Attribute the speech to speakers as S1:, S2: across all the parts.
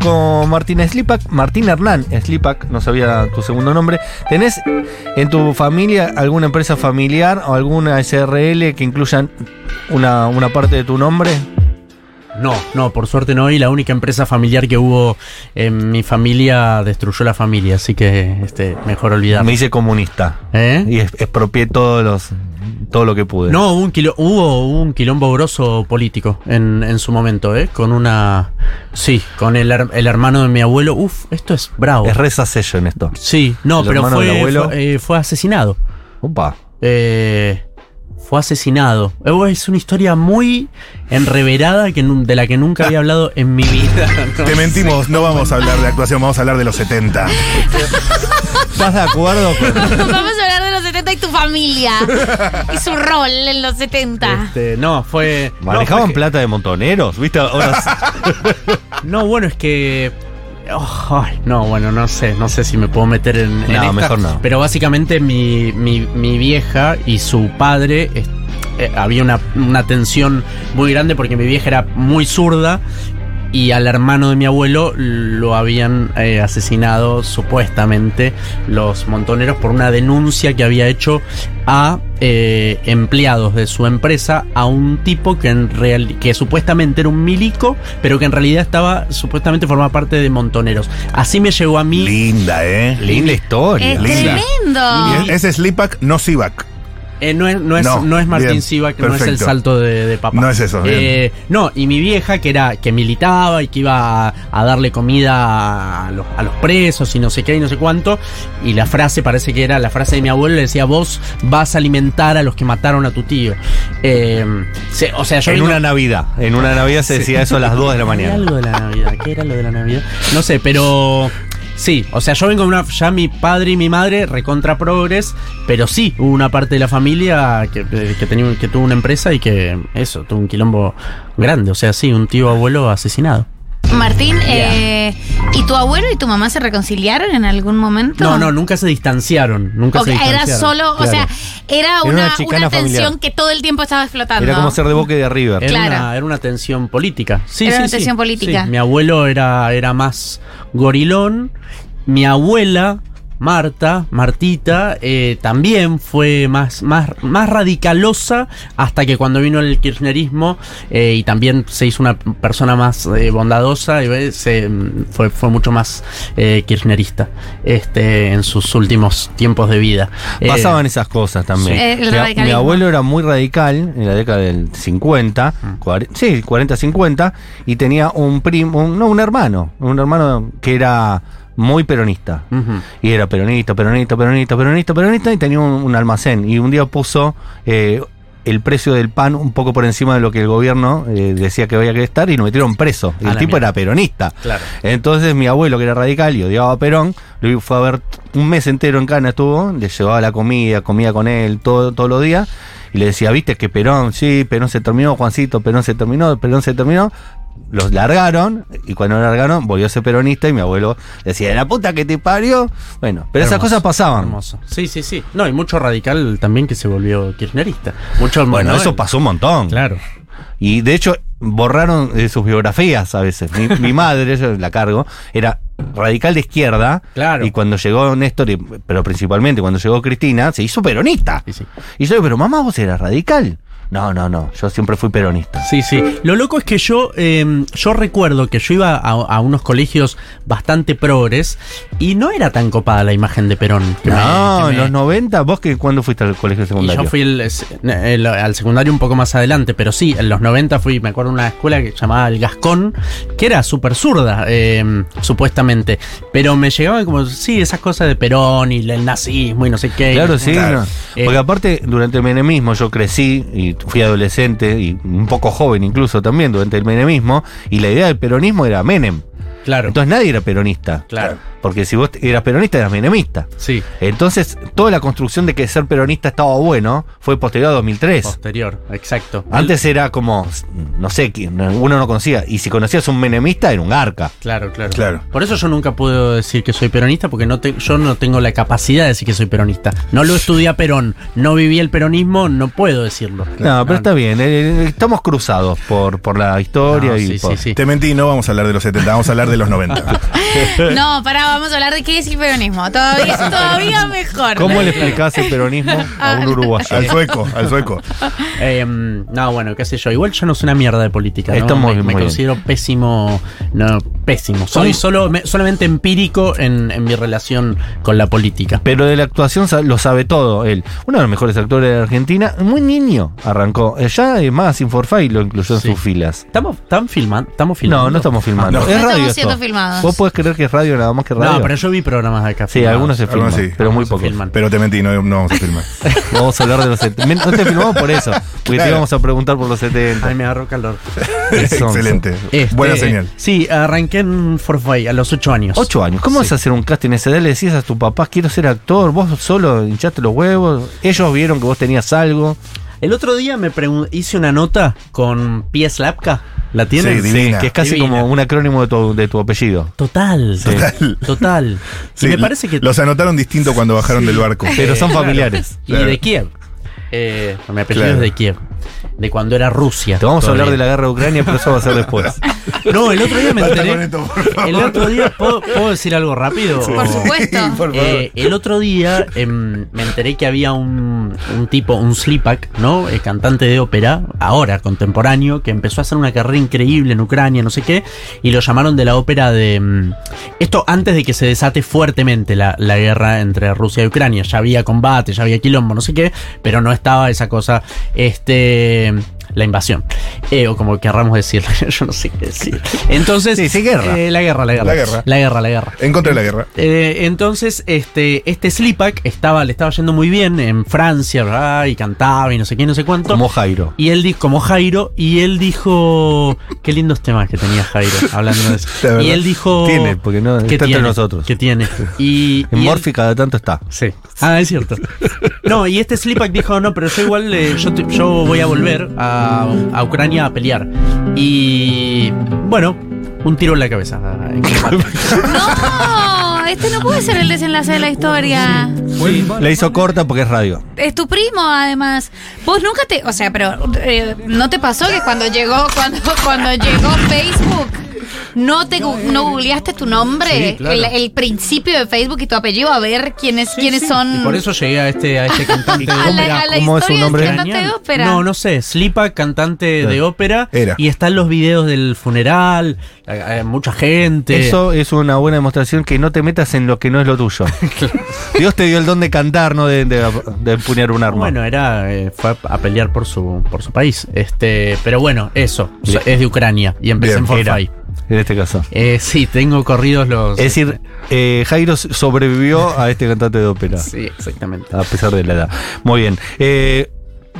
S1: con Martín Slipak, Martín Hernán Slipak, no sabía tu segundo nombre. ¿Tenés en tu familia alguna empresa familiar o alguna SRL que incluyan una, una parte de tu nombre?
S2: No, no, por suerte no. Y la única empresa familiar que hubo en mi familia destruyó la familia, así que este, mejor olvidar.
S1: Me hice comunista
S2: ¿Eh?
S1: y es- expropié todos los, todo lo que pude.
S2: No, hubo un, quilo- hubo un quilombo grosso político en, en su momento, ¿eh? Con una. Sí, con el, her- el hermano de mi abuelo. Uf, esto es bravo.
S1: Es reza sello en esto.
S2: sí, no,
S1: el
S2: pero
S1: hermano
S2: fue,
S1: del abuelo.
S2: fue, eh, fue asesinado.
S1: Opa.
S2: Eh, fue asesinado. Eh, Es una historia muy enreverada que, nu- de la que nunca había hablado en mi vida.
S3: Te mentimos, no vamos a hablar de actuación, vamos a hablar de los 70.
S1: ¿Estás de acuerdo? con-
S4: Vamos a hablar de los 70 y tu familia. Y su rol en los 70.
S2: Este, no, fue. no,
S1: Manejaban
S2: fue que-
S1: plata de montoneros, ¿viste? Ahora sí.
S2: No, bueno, es que. Oh, ay, no, bueno, no sé, no sé si me puedo meter en. en
S1: No,
S2: esta,
S1: mejor no.
S2: Pero básicamente mi, mi, mi vieja y su padre. es- eh, había una, una tensión muy grande porque mi vieja era muy zurda. Y al hermano de mi abuelo lo habían eh, asesinado supuestamente los montoneros por una denuncia que había hecho a eh, empleados de su empresa a un tipo que, en real- que supuestamente era un milico, pero que en realidad estaba supuestamente formaba parte de montoneros. Así me llegó a mí.
S3: Linda, ¿eh?
S1: Este, Linda historia.
S4: Es
S3: Linda.
S4: tremendo.
S3: Y es, es Slipak, no Sivak.
S2: Eh, no es, no es,
S3: No,
S2: no es Martín
S3: bien,
S2: Sivak, no es el
S3: perfecto.
S2: salto de, de papá.
S3: No es eso, bien.
S2: Eh, no, y mi vieja, que era, que militaba y que iba a, a darle comida a los, a los presos y no sé qué y no sé cuánto. Y la frase parece que era la frase de mi abuelo, le decía, vos vas a alimentar a los que mataron a tu tío. Eh, se- o sea, yo
S1: En
S2: vengo-
S1: una Navidad. En una Navidad se decía eso a las 2 de la
S2: había
S1: mañana.
S2: algo de la Navidad. ¿Qué era lo de la Navidad? No sé, pero. Sí, o sea, yo vengo de una. Ya mi padre y mi madre recontra progres, pero sí, hubo una parte de la familia que, eh, que, tenía, que tuvo una empresa y que. Eso, tuvo un quilombo grande. O sea, sí, un tío abuelo asesinado.
S4: Martín, eh, ¿y tu abuelo y tu mamá se reconciliaron en algún momento?
S2: No, no, nunca se distanciaron. Nunca
S4: Ah. Ok,
S2: se distanciaron.
S4: era solo, o
S2: claro.
S4: sea, era
S1: Era
S4: una,
S1: una
S4: una,
S1: chicana
S4: tensión
S1: familiar.
S4: que todo el tiempo estaba explotando.
S1: Era como ser de boca y de
S2: Era,
S1: River.
S4: Claro.
S2: una, era una tensión política. Sí,
S4: Era
S2: sí,
S4: una
S2: sí.
S4: tensión política.
S2: Sí, Mi abuelo era, era más gorilón. Mi abuela, Marta, Martita, eh, también fue más, más, más radicalosa hasta que cuando vino el kirchnerismo eh, y también se hizo una persona más eh, bondadosa y eh, se, mm, fue, fue mucho más eh, kirchnerista este, en sus últimos tiempos de vida. Eh,
S1: Pasaban esas cosas también.
S4: Sí. El
S1: Mi a- mi,
S4: radicalismo.
S1: abuelo era muy radical en la década del 50,
S2: Mm.
S1: cuare- sí, 40-50, y tenía un primo, un- no, un hermano, un hermano que era muy peronista.
S2: Eh, ujú.
S1: Y era peronista, peronista, peronista, peronista, peronista, y tenía un, un almacén. Y un día puso eh, el precio del pan un poco por encima de lo que el gobierno eh, decía que había que estar, y lo metieron preso. Y el
S2: A Ah, la
S1: tipo
S2: mierda.
S1: era peronista.
S2: Claro.
S1: Entonces mi abuelo, que era radical y odiaba a Perón, lo fue a ver un mes entero en Cana, estuvo, le llevaba la comida, comía con él todo, todos los días, y le decía, viste que Perón, sí, Perón se terminó, Juancito, Perón se terminó, Perón se terminó. Los largaron, y cuando lo largaron, volvió a ser peronista, y mi abuelo decía, la puta que te parió. Bueno, pero esas
S2: Hermoso,
S1: cosas pasaban.
S2: Hermoso. Sí, sí, sí. No, y mucho radical también que se volvió kirchnerista. Mucho
S1: Bueno,
S2: ¿no? eh.
S1: eso pasó un montón.
S2: Claro.
S1: Y de hecho, borraron eh, sus biografías a veces. Mi, mi madre, yo la cargo, era radical de izquierda.
S2: Claro.
S1: Y cuando llegó Néstor, y- pero principalmente cuando llegó Cristina, se hizo peronista.
S2: Sí, sí.
S1: Y yo, pero mamá, vos eras radical. No, no, no, yo siempre fui peronista.
S2: Sí, sí. Lo loco es que yo, eh, yo recuerdo que yo iba a, a unos colegios bastante progres y no era tan copada la imagen de Perón. que me-
S1: no,
S2: que
S1: en
S2: me-
S1: los 90, vos que cuando fuiste al colegio
S2: Y
S1: secundario.
S2: yo fui el- es- el- al secundario un poco más adelante, pero sí, en los 90 fui, me acuerdo, a una escuela que se llamaba El Gascón, que era súper zurda, eh, supuestamente. Pero me llegaban como, sí, esas cosas de Perón y el nazismo y no sé qué.
S1: Claro, sí.
S3: Claro.
S1: no.
S2: Eh,
S1: Porque aparte, durante el menemismo yo crecí y fui adolescente y un poco joven incluso también durante el menemismo. Y la idea del peronismo era Menem.
S2: Claro,
S1: Entonces nadie era peronista.
S2: claro.
S1: Porque si vos eras peronista, eras menemista.
S2: Sí.
S1: Entonces, toda la construcción de que ser peronista estaba bueno fue posterior a 2003.
S2: Posterior, exacto.
S1: Antes era como, no sé, que uno no conocía. Y si conocías un menemista, era un garca.
S2: Claro, claro.
S3: Claro.
S2: Por eso yo nunca puedo decir que soy peronista, porque no te- yo no tengo la capacidad de decir que soy peronista. No lo estudié a Perón, no viví el peronismo, no puedo decirlo.
S1: No, pero está bien. eh, Estamos cruzados por, por la historia
S2: No,
S1: y
S2: sí,
S1: por-
S2: sí, sí.
S3: Te mentí, no vamos a hablar de los 70, vamos a hablar de los 90.
S4: No, pará, vamos a hablar de qué es el peronismo. Todavía, todavía mejor.
S1: ¿Cómo le explicás el peronismo a un uruguayo?
S3: al sueco, al sueco.
S2: Eh, no, bueno, qué sé yo. Igual yo no soy una mierda de política. ¿no?
S1: Esto muy-
S2: me, me
S1: muy bien.
S2: considero pésimo. No, pésimo. Soy
S1: ¿Cómo?
S2: solo, me- solamente empírico en, en mi relación con la política.
S1: Pero de la actuación sa- lo sabe todo él. Uno de los mejores actores de Argentina, muy niño, arrancó. Eh, Ya es más, Sin Forfait lo incluyó en
S2: Sí.
S1: sus filas.
S2: ¿Estamos, están filmando? ¿Estamos filmando?
S1: No, no estamos filmando. es
S3: No.
S4: No
S1: radio
S4: estamos
S1: esto.
S4: siendo filmados.
S1: Vos podés creer que es radio nada más que radio.
S2: Ah, No, pero yo vi programas de acá.
S1: sí,
S2: filmados.
S1: algunos se filman,
S3: Algunos sí.
S1: pero muy
S2: Se
S1: pocos.
S2: filman.
S3: Pero te mentí, no, no vamos a filmar.
S1: Vamos a hablar de los 70. No te filmamos por eso, porque te
S3: Claro. Ah,
S1: íbamos a preguntar por los 70.
S2: Ay, me agarró calor.
S1: Eso.
S3: Excelente.
S2: Este,
S3: Buena señal.
S2: Sí, arranqué en Forfait a los 8 años.
S1: Ocho años. ¿Cómo
S2: Sí.
S1: vas a hacer un casting ese? Le decías a tu papá, quiero ser actor, vos solo hinchaste los huevos, ellos vieron que vos tenías algo.
S2: El otro día me pregun- hice una nota con Pia Slapka. ¿La tienen?
S3: Sí, divina.
S1: Que es casi
S2: Divina.
S1: como un acrónimo de tu, de tu apellido.
S2: Total.
S3: Total.
S2: Total. Y
S3: Sí,
S2: me parece que.
S3: Los anotaron distinto cuando bajaron del barco.
S1: Pero son
S2: Claro.
S1: familiares.
S2: Y
S3: Claro.
S2: de Kiev. Eh, mi apellido
S3: Claro.
S2: es de Kiev. De cuando era Rusia.
S1: Te vamos a hablar de
S2: todavía.
S1: la guerra de Ucrania, pero eso va a ser después.
S2: No, el otro día me
S3: Basta
S2: enteré.
S3: con esto, por favor.
S2: El otro día. ¿Puedo, puedo decir algo rápido?
S4: Por supuesto.
S3: por favor.
S2: Eh, el otro día em, me enteré que había un, un tipo, un Slipak, ¿no? Eh, cantante de ópera, ahora contemporáneo, que empezó a hacer una carrera increíble en Ucrania, no sé qué, y lo llamaron de la ópera de... em, esto antes de que se desate fuertemente la, la guerra entre Rusia y Ucrania. Ya había combate, ya había quilombo, no sé qué, pero no estaba esa cosa... Este... La invasión. Eh, o como querramos decirlo, yo no sé qué decir. Entonces.
S1: Sí, sí, guerra.
S2: eh, la guerra, la guerra.
S3: La guerra.
S2: La guerra, la guerra.
S3: En contra de la guerra.
S2: Eh, entonces, este, este Slipak estaba, le estaba yendo muy bien en Francia, ¿verdad? Y cantaba y no sé qué, no sé cuánto.
S1: Como Jairo.
S2: y él dijo, como Jairo, y él dijo. Qué lindos temas que tenía Jairo, hablando de
S3: La
S2: eso.
S3: verdad.
S2: Y él dijo.
S1: Tiene, porque no-
S2: ¿qué
S1: está entre
S2: tiene?
S1: nosotros.
S2: ¿Qué tiene? Y,
S1: En
S2: y él-
S1: Morphy cada tanto está.
S2: Sí. Ah, es cierto. No, y este Slipak dijo, no, pero yo igual, eh, yo, te- yo voy a volver a, a Ucrania a pelear. Y bueno, un tiro en la cabeza. en que mata.
S4: No, este no puede ser el desenlace de la historia.
S1: La hizo corta porque es radio.
S4: Es tu primo, además. Vos nunca te. O sea, pero eh, ¿no te pasó que cuando llegó, cuando, cuando llegó Facebook, no te gu- no googleaste tu nombre,
S2: Sí, claro.
S4: el, el principio de Facebook y tu apellido, a ver quiénes,
S2: Sí,
S4: quiénes
S2: sí.
S4: son.
S2: Y por eso llegué a este, a este cantante de
S4: a
S2: ópera.
S4: la, a la
S1: ¿Cómo es su
S4: historia
S1: nombre?
S4: del cantante de
S2: Genial.
S4: ópera.
S2: No, no sé. Slipa, cantante de
S1: Claro.
S2: ópera.
S3: Era.
S2: Y están los videos del funeral. eh, eh, Mucha gente.
S1: Eso es una buena demostración que no te metas en lo que no es lo tuyo. Dios te dio el don de cantar, no de, de, de empuñar un arma.
S2: Bueno, era eh, fue a, a pelear por su por su país. Este, pero bueno, eso. So- Es de Ucrania y empecé
S3: Bien,
S2: en Forfait.
S1: en este caso.
S2: Eh, sí, tengo corridos los.
S1: Es decir, eh, Jairo sobrevivió a este cantante de ópera.
S2: sí, exactamente.
S3: Ah,
S1: A pesar de la edad. Muy bien. Eh,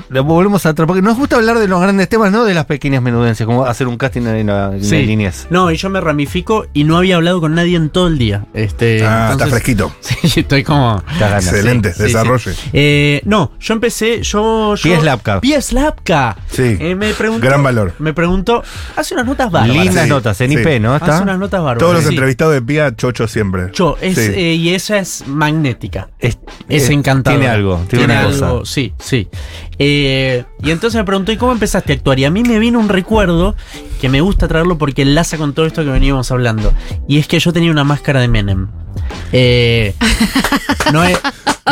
S1: le volvemos a atrás, porque nos gusta hablar de los grandes temas, no de las pequeñas menudencias, como hacer un casting en la, en la
S2: Sí.
S1: niñez.
S2: No, y yo me ramifico y no había hablado con nadie en todo el día. Este,
S3: ah, está
S2: entonces-
S3: fresquito.
S2: Sí, estoy como.
S1: Te ganas.
S3: Excelente,
S2: sí, sí,
S3: desarrolle.
S2: Eh, no, yo empecé, yo... yo
S1: Pie Slapka.
S2: Pie Slapka.
S3: Sí.
S2: Eh, me preguntó,
S3: Gran valor.
S2: Me preguntó, hace unas notas bárbaras.
S1: Lindas
S3: Sí,
S1: notas, en
S3: sí.
S1: IP, ¿no?
S2: Hace
S1: Está.
S2: unas notas bárbaras.
S3: Todos los
S2: sí.
S3: entrevistados de Pía, chocho siempre.
S2: Yo, es,
S3: Sí.
S2: eh, y esa es magnética.
S1: Es,
S2: Es
S1: eh,
S2: encantadora.
S1: Tiene algo, tiene, una cosa.
S2: Sí, sí. Eh, y entonces me preguntó, ¿y cómo empezaste a actuar? Y a mí me vino un recuerdo que me gusta traerlo porque enlaza con todo esto que veníamos hablando. Y es que yo tenía una máscara de Menem. Eh, no, e-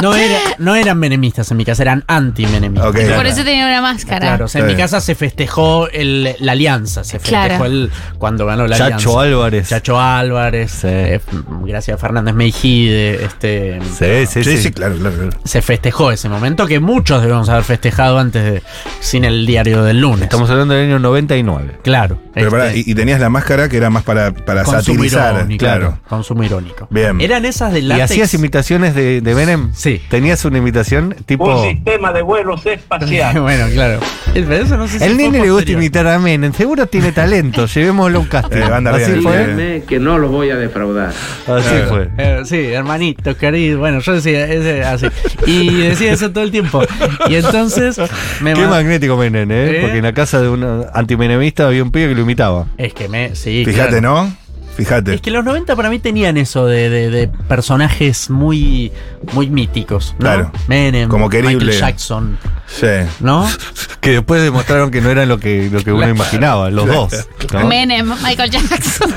S2: no era- no eran menemistas en mi casa, eran anti-menemistas.
S3: Ok.
S4: Por
S3: Claro.
S4: eso tenía una máscara.
S2: Claro, o sea, en
S3: Está
S2: mi
S3: bien.
S2: casa se festejó el- la alianza, se festejó
S4: Claro.
S2: el, cuando ganó la alianza.
S1: Chacho Álvarez.
S2: Chacho Álvarez, eh, f- gracias a Fernández Meijide, este,
S1: Sí, sí,
S3: Sí,
S1: sí.
S3: sí, claro, claro. claro.
S2: se festejó ese momento que muchos debemos haber festejado antes de, sin el diario del lunes.
S1: Estamos hablando del año 99.
S2: claro.
S3: Pero
S2: este,
S3: pará, y, y tenías la máscara que era más para, para
S2: consumo
S3: satirizar.
S2: irónico,
S3: Claro.
S2: Consumo irónico.
S3: Bien.
S2: Eran esas de
S1: ¿Y
S2: látex.
S1: hacías imitaciones de, de Menem?
S2: Sí.
S1: Tenías una imitación tipo.
S5: Un sistema de vuelos espacial.
S2: bueno, claro. Eh, pero eso no sé si
S1: El
S2: fue
S1: nene le gusta
S2: posterior.
S1: imitar a Menem, seguro tiene talento, llevémoslo a un casting.
S3: Eh, anda
S1: Así
S3: bien,
S1: fue,
S3: bien.
S6: Díganme que no los voy a defraudar.
S1: así
S3: Eh.
S1: fue.
S2: Eh, sí, hermanito, querido. Bueno, yo decía ese, así. Y decía eso todo el tiempo. Y entonces me
S1: Qué
S2: ma-
S1: magnético Menem, ¿eh?
S2: ¿Eh?
S1: Porque en la casa de un antimenemista había un pibe que lo imitaba.
S2: Es que me. Sí.
S3: Fíjate,
S2: claro.
S3: ¿no? Fíjate.
S2: Es que los 90 para mí tenían eso de, de- de personajes muy, muy míticos. ¿no?
S3: Claro.
S2: Menem,
S3: Como querible.
S2: Michael Jackson,
S3: Sí.
S2: ¿no?
S1: Que después demostraron que no era lo que, lo que uno
S2: Claro.
S1: imaginaba, los
S3: Claro.
S1: dos. ¿no?
S4: Menem, Michael Jackson.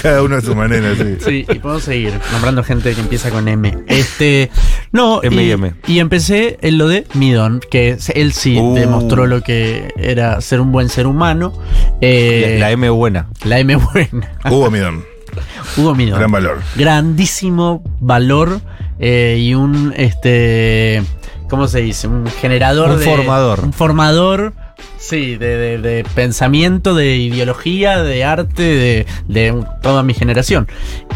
S3: Cada uno a su manera, sí.
S2: Sí, y podemos seguir nombrando gente que empieza con M. Este. No,
S1: M y
S2: y,
S1: M.
S2: y empecé en lo de Midon, que es- él sí
S3: Uh.
S2: demostró lo que era ser un buen ser humano. Eh,
S1: La M buena.
S2: la M buena.
S3: Hugo Midón.
S2: Hugo Midon.
S3: Gran valor.
S2: grandísimo valor eh, y un este ¿cómo se dice? un generador
S1: Un
S2: de-
S1: formador.
S2: un formador sí de, de- de pensamiento de ideología de arte de, de toda mi generación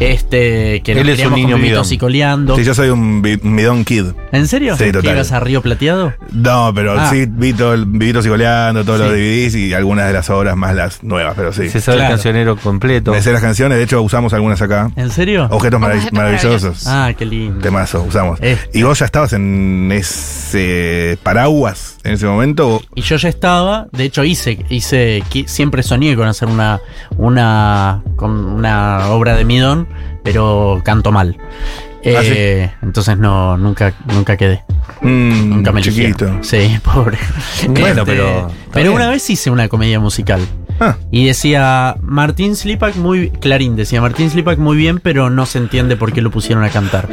S2: este que nos
S1: Él es un
S2: criamos con
S1: niño
S2: pibitos
S1: midón.
S2: y coleando
S3: Sí, yo soy un bi- un Midón Kid.
S2: ¿en serio?
S3: Sí,
S2: ¿Que
S3: total.
S2: ibas a Río Plateado?
S3: No, pero
S2: Ah.
S3: sí, vi todo el vi Vitos y Goleando, todos los
S2: Sí.
S3: DVDs y algunas de las obras más las nuevas, pero sí.
S1: Se sabe
S2: Claro.
S1: el cancionero completo.
S3: Me sé las canciones, de hecho usamos algunas acá.
S2: ¿en serio?
S3: Objetos marav-
S4: Objetos
S3: maravillosos.
S2: ah qué lindo
S3: Temazo, usamos.
S2: Eh.
S3: ¿Y vos ya estabas en ese paraguas en ese momento? o-
S2: Y yo ya estaba, de hecho hice, hice, qui- siempre soñé con hacer una, una, con una obra de Midón, pero canto mal.
S1: Ah,
S2: Eh, Entonces no, nunca, nunca quedé.
S3: Mm,
S2: Nunca me eligieron.
S3: Chiquito.
S2: Sí, pobre. Este,
S1: Bueno, pero-
S2: Pero
S1: está
S2: una
S1: bien.
S2: vez hice una comedia musical.
S3: Ah.
S2: Y decía Martín Slipak muy. Clarín decía Martín Slipak muy bien, pero no se entiende por qué lo pusieron a cantar.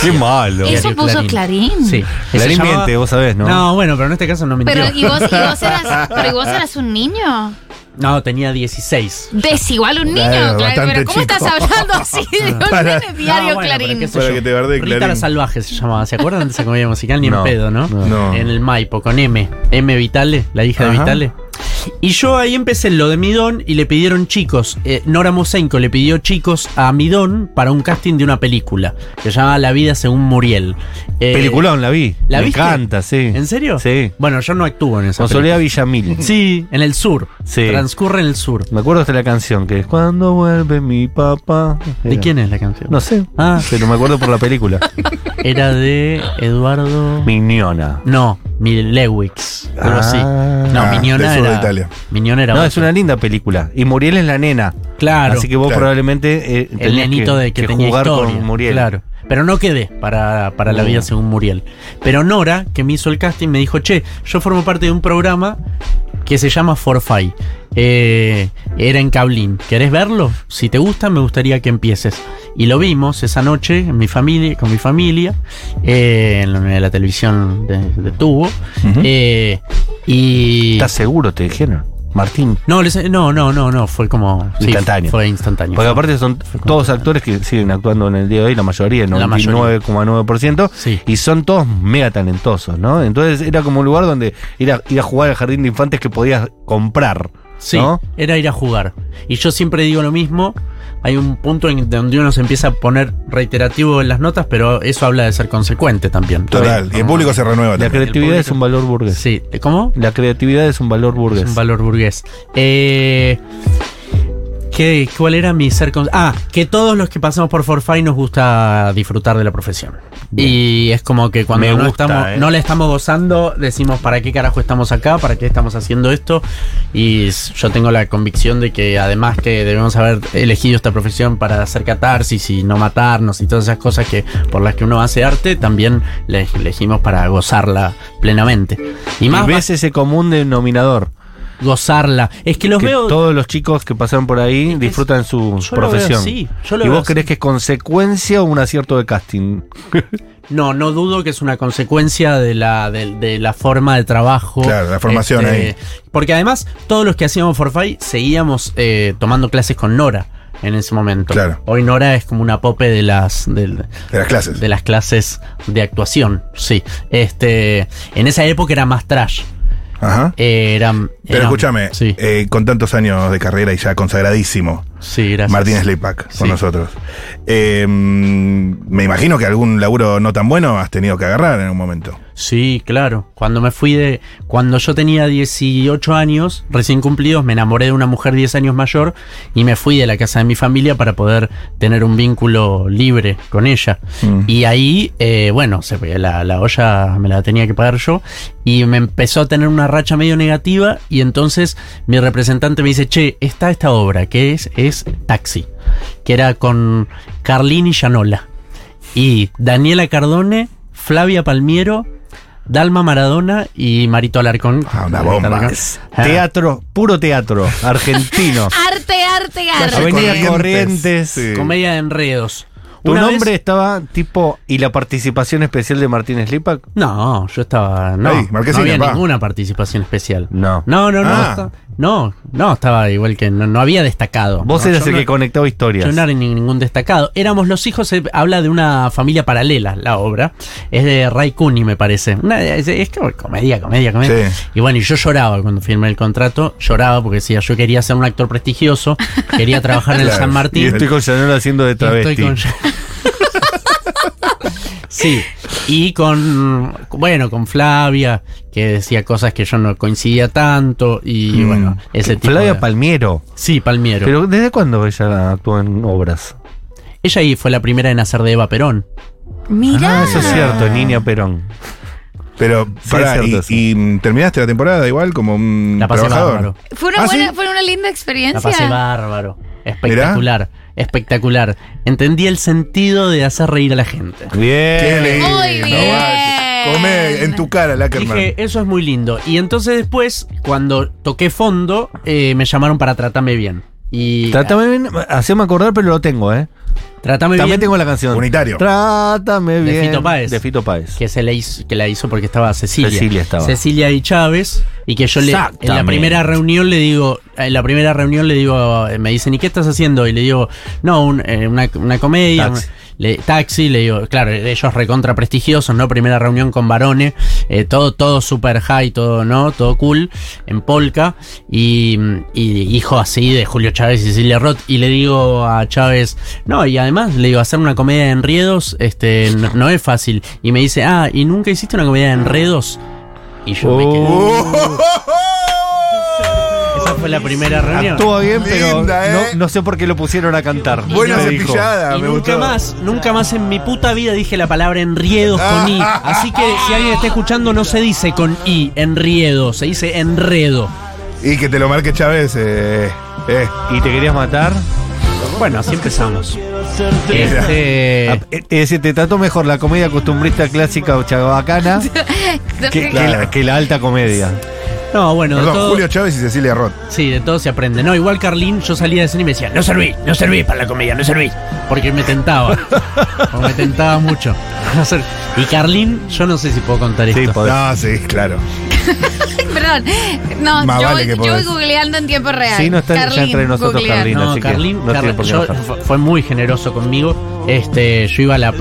S1: Qué malo.
S4: Eso puso Clarín.
S2: Sí.
S1: Clarín
S2: Se llamaba-
S1: miente, vos sabés, ¿no?
S2: No, bueno, pero en este caso no mintió.
S4: Pero ¿y vos, y vos eras, pero ¿y vos eras un niño?
S2: No, tenía 16.
S4: Desigual un niño,
S3: Claro,
S4: Clarín.
S3: bastante
S4: Pero ¿cómo
S3: chico.
S4: estás hablando así de un
S3: Para-
S4: nene diario
S2: No, Ah, bueno, pero
S4: Clarín?
S2: qué sé
S3: Para
S2: yo.
S3: que te bardee,
S2: Rita
S3: Clarín.
S2: la salvaje se llamaba. ¿Se acuerdan de esa comedia musical? Ni
S1: No,
S2: en pedo, ¿no?
S3: No.
S2: En el Maipo, con M. M Vitale, la hija de
S1: Ajá.
S2: Vitale. Y yo ahí empecé en lo de Midón y le pidieron chicos. eh, Nora Mosenko le pidió chicos a Midón para un casting de una película que se llama La vida según Muriel. Eh,
S1: Peliculón, la vi.
S2: ¿la
S1: Me
S2: viste?
S1: encanta, sí.
S2: ¿En serio?
S1: Sí.
S2: Bueno, yo no actúo en esa
S1: Con Soledad Villamil.
S2: película. Sí, en el sur.
S1: Sí.
S2: Transcurre en el sur.
S1: Me acuerdo hasta la canción que es Cuando vuelve mi papá.
S2: ¿De
S1: Era-
S2: quién es la canción?
S1: No sé.
S2: Ah.
S1: Pero me acuerdo por la película.
S2: Era de Eduardo.
S1: Miñona.
S2: No, Milewix. Algo
S1: Ah.
S2: así. No,
S3: Ah, del
S2: Miñona
S3: sur de
S2: era.
S3: Italia.
S2: Miñona era.
S1: No,
S2: otro.
S1: es una linda película. Y Muriel es la nena.
S2: Claro.
S1: Así que vos
S3: Claro.
S1: probablemente eh,
S2: el
S1: tenías
S2: nenito de que, tenía
S1: jugar
S2: historia.
S1: con Muriel.
S2: Claro. Pero no quedé para, para la vida según Muriel. Pero Nora, que me hizo el casting, me dijo, che, yo formo parte de un programa que se llama Forfay. Eh, era en Cablín. ¿Querés verlo? Si te gusta, me gustaría que empieces. Y lo vimos esa noche en mi familia, con mi familia, eh, en la- en la televisión de, de tubo. Eh, y.
S1: ¿Estás seguro? Te dijeron. Martín.
S2: No, les- no, no, no, no, fue como. sí,
S1: Instantáneo.
S2: fue instantáneo.
S1: Porque aparte son todos actores que siguen actuando en el día de hoy, la mayoría,
S2: La mayoría.
S1: 99,9%,
S2: Sí.
S1: y son todos mega talentosos, ¿no? Entonces era como un lugar donde ir a, ir a jugar al jardín de infantes que podías comprar.
S2: Sí,
S1: ¿no?
S2: era ir a jugar. Y yo siempre digo lo mismo. Hay un punto en donde uno se empieza a poner reiterativo en las notas, pero eso habla de ser consecuente también.
S3: Total. Y el público se renueva
S1: La
S3: también.
S1: creatividad es un valor burgués.
S2: Sí, ¿cómo?
S1: La creatividad es un valor burgués.
S2: Es un valor burgués. Eh, ¿qué, ¿Cuál era mi ser con- Ah, que todos los que pasamos por Forfait nos gusta disfrutar de la profesión. Y es como que cuando
S1: Me
S2: no,
S1: gusta,
S2: estamos,
S1: eh.
S2: no la estamos gozando, decimos para qué carajo estamos acá, para qué estamos haciendo esto. Y s- yo tengo la convicción de que además que debemos haber elegido esta profesión para hacer catarsis y no matarnos y todas esas cosas que por las que uno hace arte, también la elegimos para gozarla plenamente. Y
S1: Y
S2: más
S1: ves ese común denominador.
S2: gozarla. Es que los
S1: que
S2: veo.
S1: todos los chicos que pasaron por ahí
S2: Es que
S1: disfrutan su
S2: yo lo veo
S1: profesión.
S2: así, yo lo
S1: y
S2: veo
S1: vos crees
S2: así.
S1: que es consecuencia o un acierto de casting.
S2: No, no dudo que es una consecuencia de la, de, de la forma de trabajo. este,
S3: Claro, la formación ahí.
S2: Porque además, todos los que hacíamos Forfait seguíamos eh, tomando clases con Nora en ese momento.
S3: Claro.
S2: Hoy Nora es como una pope de las. del-
S3: De las clases.
S2: de las clases de actuación, sí. Este, en esa época era más trash.
S3: Ajá.
S2: Eh, eran-
S3: Pero
S2: eran-
S3: escúchame,
S2: Sí,
S3: eh, con tantos años de carrera y ya consagradísimo,
S2: sí, gracias.
S3: Martín Slipak
S2: Sí.
S3: con nosotros. Eh, mm, me imagino que algún laburo no tan bueno has tenido que agarrar en un momento.
S2: Sí, claro. Cuando me fui de. Cuando yo tenía 18 años, recién cumplidos, me enamoré de una mujer 10 años mayor y me fui de la casa de mi familia para poder tener un vínculo libre con ella.
S1: Mm.
S2: Y ahí, eh, bueno, se, fue, la, la olla me la tenía que pagar yo y me empezó a tener una racha medio negativa. Y entonces mi representante me dice: Che, está esta obra que es, es Taxi, que era con Carlini Gianola y Daniela Cardone, Flavia Palmiero, Dalma Maradona y Marito Alarcón.
S3: Ah, una bomba.
S2: Ah.
S1: Teatro, puro teatro, argentino.
S4: Arte, arte, arte.
S1: Avenida
S3: Corrientes.
S1: Corrientes.
S3: Sí.
S2: Comedia de enredos.
S1: Tu
S2: Una
S1: nombre
S2: vez-
S1: estaba tipo. ¿Y la participación especial de Martín Slipak?
S2: No, yo estaba. No,
S3: Ahí,
S2: no
S3: Marquesina,
S2: había
S3: pa.
S2: ninguna participación especial.
S1: No.
S2: No, no, no.
S3: Ah.
S2: esta- No, no, estaba igual que no, no había destacado.
S1: Vos
S2: No,
S1: eras
S2: yo
S1: el
S2: no-
S1: que conectaba historias.
S2: Yo no era ni- ningún destacado. Éramos los hijos, se habla de una familia paralela la obra. Es de Ray Cooney, me parece. Una- es, es como comedia, comedia, comedia.
S3: Sí.
S2: Y bueno, y yo lloraba cuando firmé el contrato. Lloraba porque decía, yo quería ser un actor prestigioso, quería trabajar en el
S3: Claro.
S2: San Martín.
S1: y estoy con Yanol haciendo de
S2: Y
S1: travesti.
S2: estoy con- sí, y con, bueno, con Flavia, que decía cosas que yo no coincidía tanto, y
S3: Mm.
S2: bueno, ese tipo
S1: Flavia
S2: de-
S1: Palmiero.
S2: Sí, Palmiero.
S1: Pero ¿desde cuándo ella actúa en obras?
S2: Ella ahí fue la primera en hacer de Eva Perón.
S4: Mirá.
S1: Ah, eso es cierto, Niña Perón.
S3: Pero, pará,
S1: es cierto
S3: y-
S1: eso.
S3: y, mm, terminaste la temporada igual como un
S2: La pasé
S3: trabajador.
S2: bárbaro.
S4: Fue una
S3: Ah,
S4: buena,
S3: ¿sí?
S4: fue una linda
S2: La
S4: experiencia.
S2: pasé bárbaro. Espectacular, espectacular. Entendí el sentido de hacer reír a la gente.
S3: Qué
S1: Bien.
S3: lindo,
S4: Muy
S3: no
S4: bien.
S3: vale. Comé en tu cara, Lackerman.
S2: Dije, eso es muy lindo. Y entonces después, cuando toqué fondo, eh, me llamaron para tratarme bien. Y
S1: Trátame bien, haceme acordar, pero lo tengo, ¿eh?
S2: Trátame
S1: También
S2: bien.
S1: tengo la canción.
S3: Unitario.
S1: Trátame
S2: De
S1: bien.
S2: Fito Páez.
S1: De Fito Páez.
S2: que se la hizo, que la hizo porque estaba Cecilia.
S1: Cecilia estaba.
S2: Cecilia y Chávez. Y que yo le en la
S1: Exactamente.
S2: primera reunión le digo, en la primera reunión le digo, eh, me dicen, ¿y qué estás haciendo? Y le digo, no, un, eh, una, una comedia,
S1: Taxi.
S2: un- le- taxi, le digo, claro, ellos recontra prestigiosos, ¿no? Primera reunión con varones, eh, todo, todo super high, todo, ¿no? Todo cool, en polka, y, y hijo así de Julio Chávez y Cecilia Roth, y le digo a Chávez, no, y además le digo, hacer una comedia de enredos, este, no, no es fácil, y me dice, ah, ¿y nunca hiciste una comedia de enredos? Y yo me quedé.
S3: Oh.
S2: Esa fue la primera reunión.
S1: Actúa bien, pero
S3: Linda, ¿eh?
S1: no, no sé por qué lo pusieron a cantar.
S3: Buena
S1: Me dijo.
S3: cepillada,
S2: Y
S3: Ah, me
S2: nunca
S3: gustó.
S2: más, nunca más en mi puta vida dije la palabra enriedos con I.
S3: Ah.
S2: Así que si alguien está escuchando, no se dice con I, enriedo, se dice enredo.
S3: Y que te lo marque Chávez. Eh, eh.
S1: ¿Y te querías matar?
S2: Bueno, así empezamos.
S1: Ah,
S2: Este,
S1: eh, Es decir, te trató mejor la comedia costumbrista clásica o chabacana que, que la, que la alta comedia.
S2: no, bueno, de
S3: Perdón,
S2: todo,
S3: Julio Chávez y Cecilia Roth.
S2: sí, de todo se aprende. No, igual Carlín, yo salía de cine y me decía, no serví, no serví para la comedia, no serví. Porque me tentaba. o me tentaba mucho. No ser- Y Carlín, yo no sé si puedo contar
S1: Sí,
S2: esto.
S1: podés.
S3: No, sí, claro.
S4: Perdón. No,
S3: Más
S4: yo,
S3: vale
S4: voy-
S3: que
S4: yo voy
S3: podés.
S4: googleando en tiempo real.
S1: Sí, no está ya
S4: Carlín,
S1: entre nosotros,
S4: googleando.
S1: Carlín.
S2: No,
S1: así que
S2: Carlín,
S1: no tiene
S2: Carl-
S1: por qué
S2: yo-
S1: enojar.
S2: fu- fue muy generoso conmigo. Este, yo iba a la,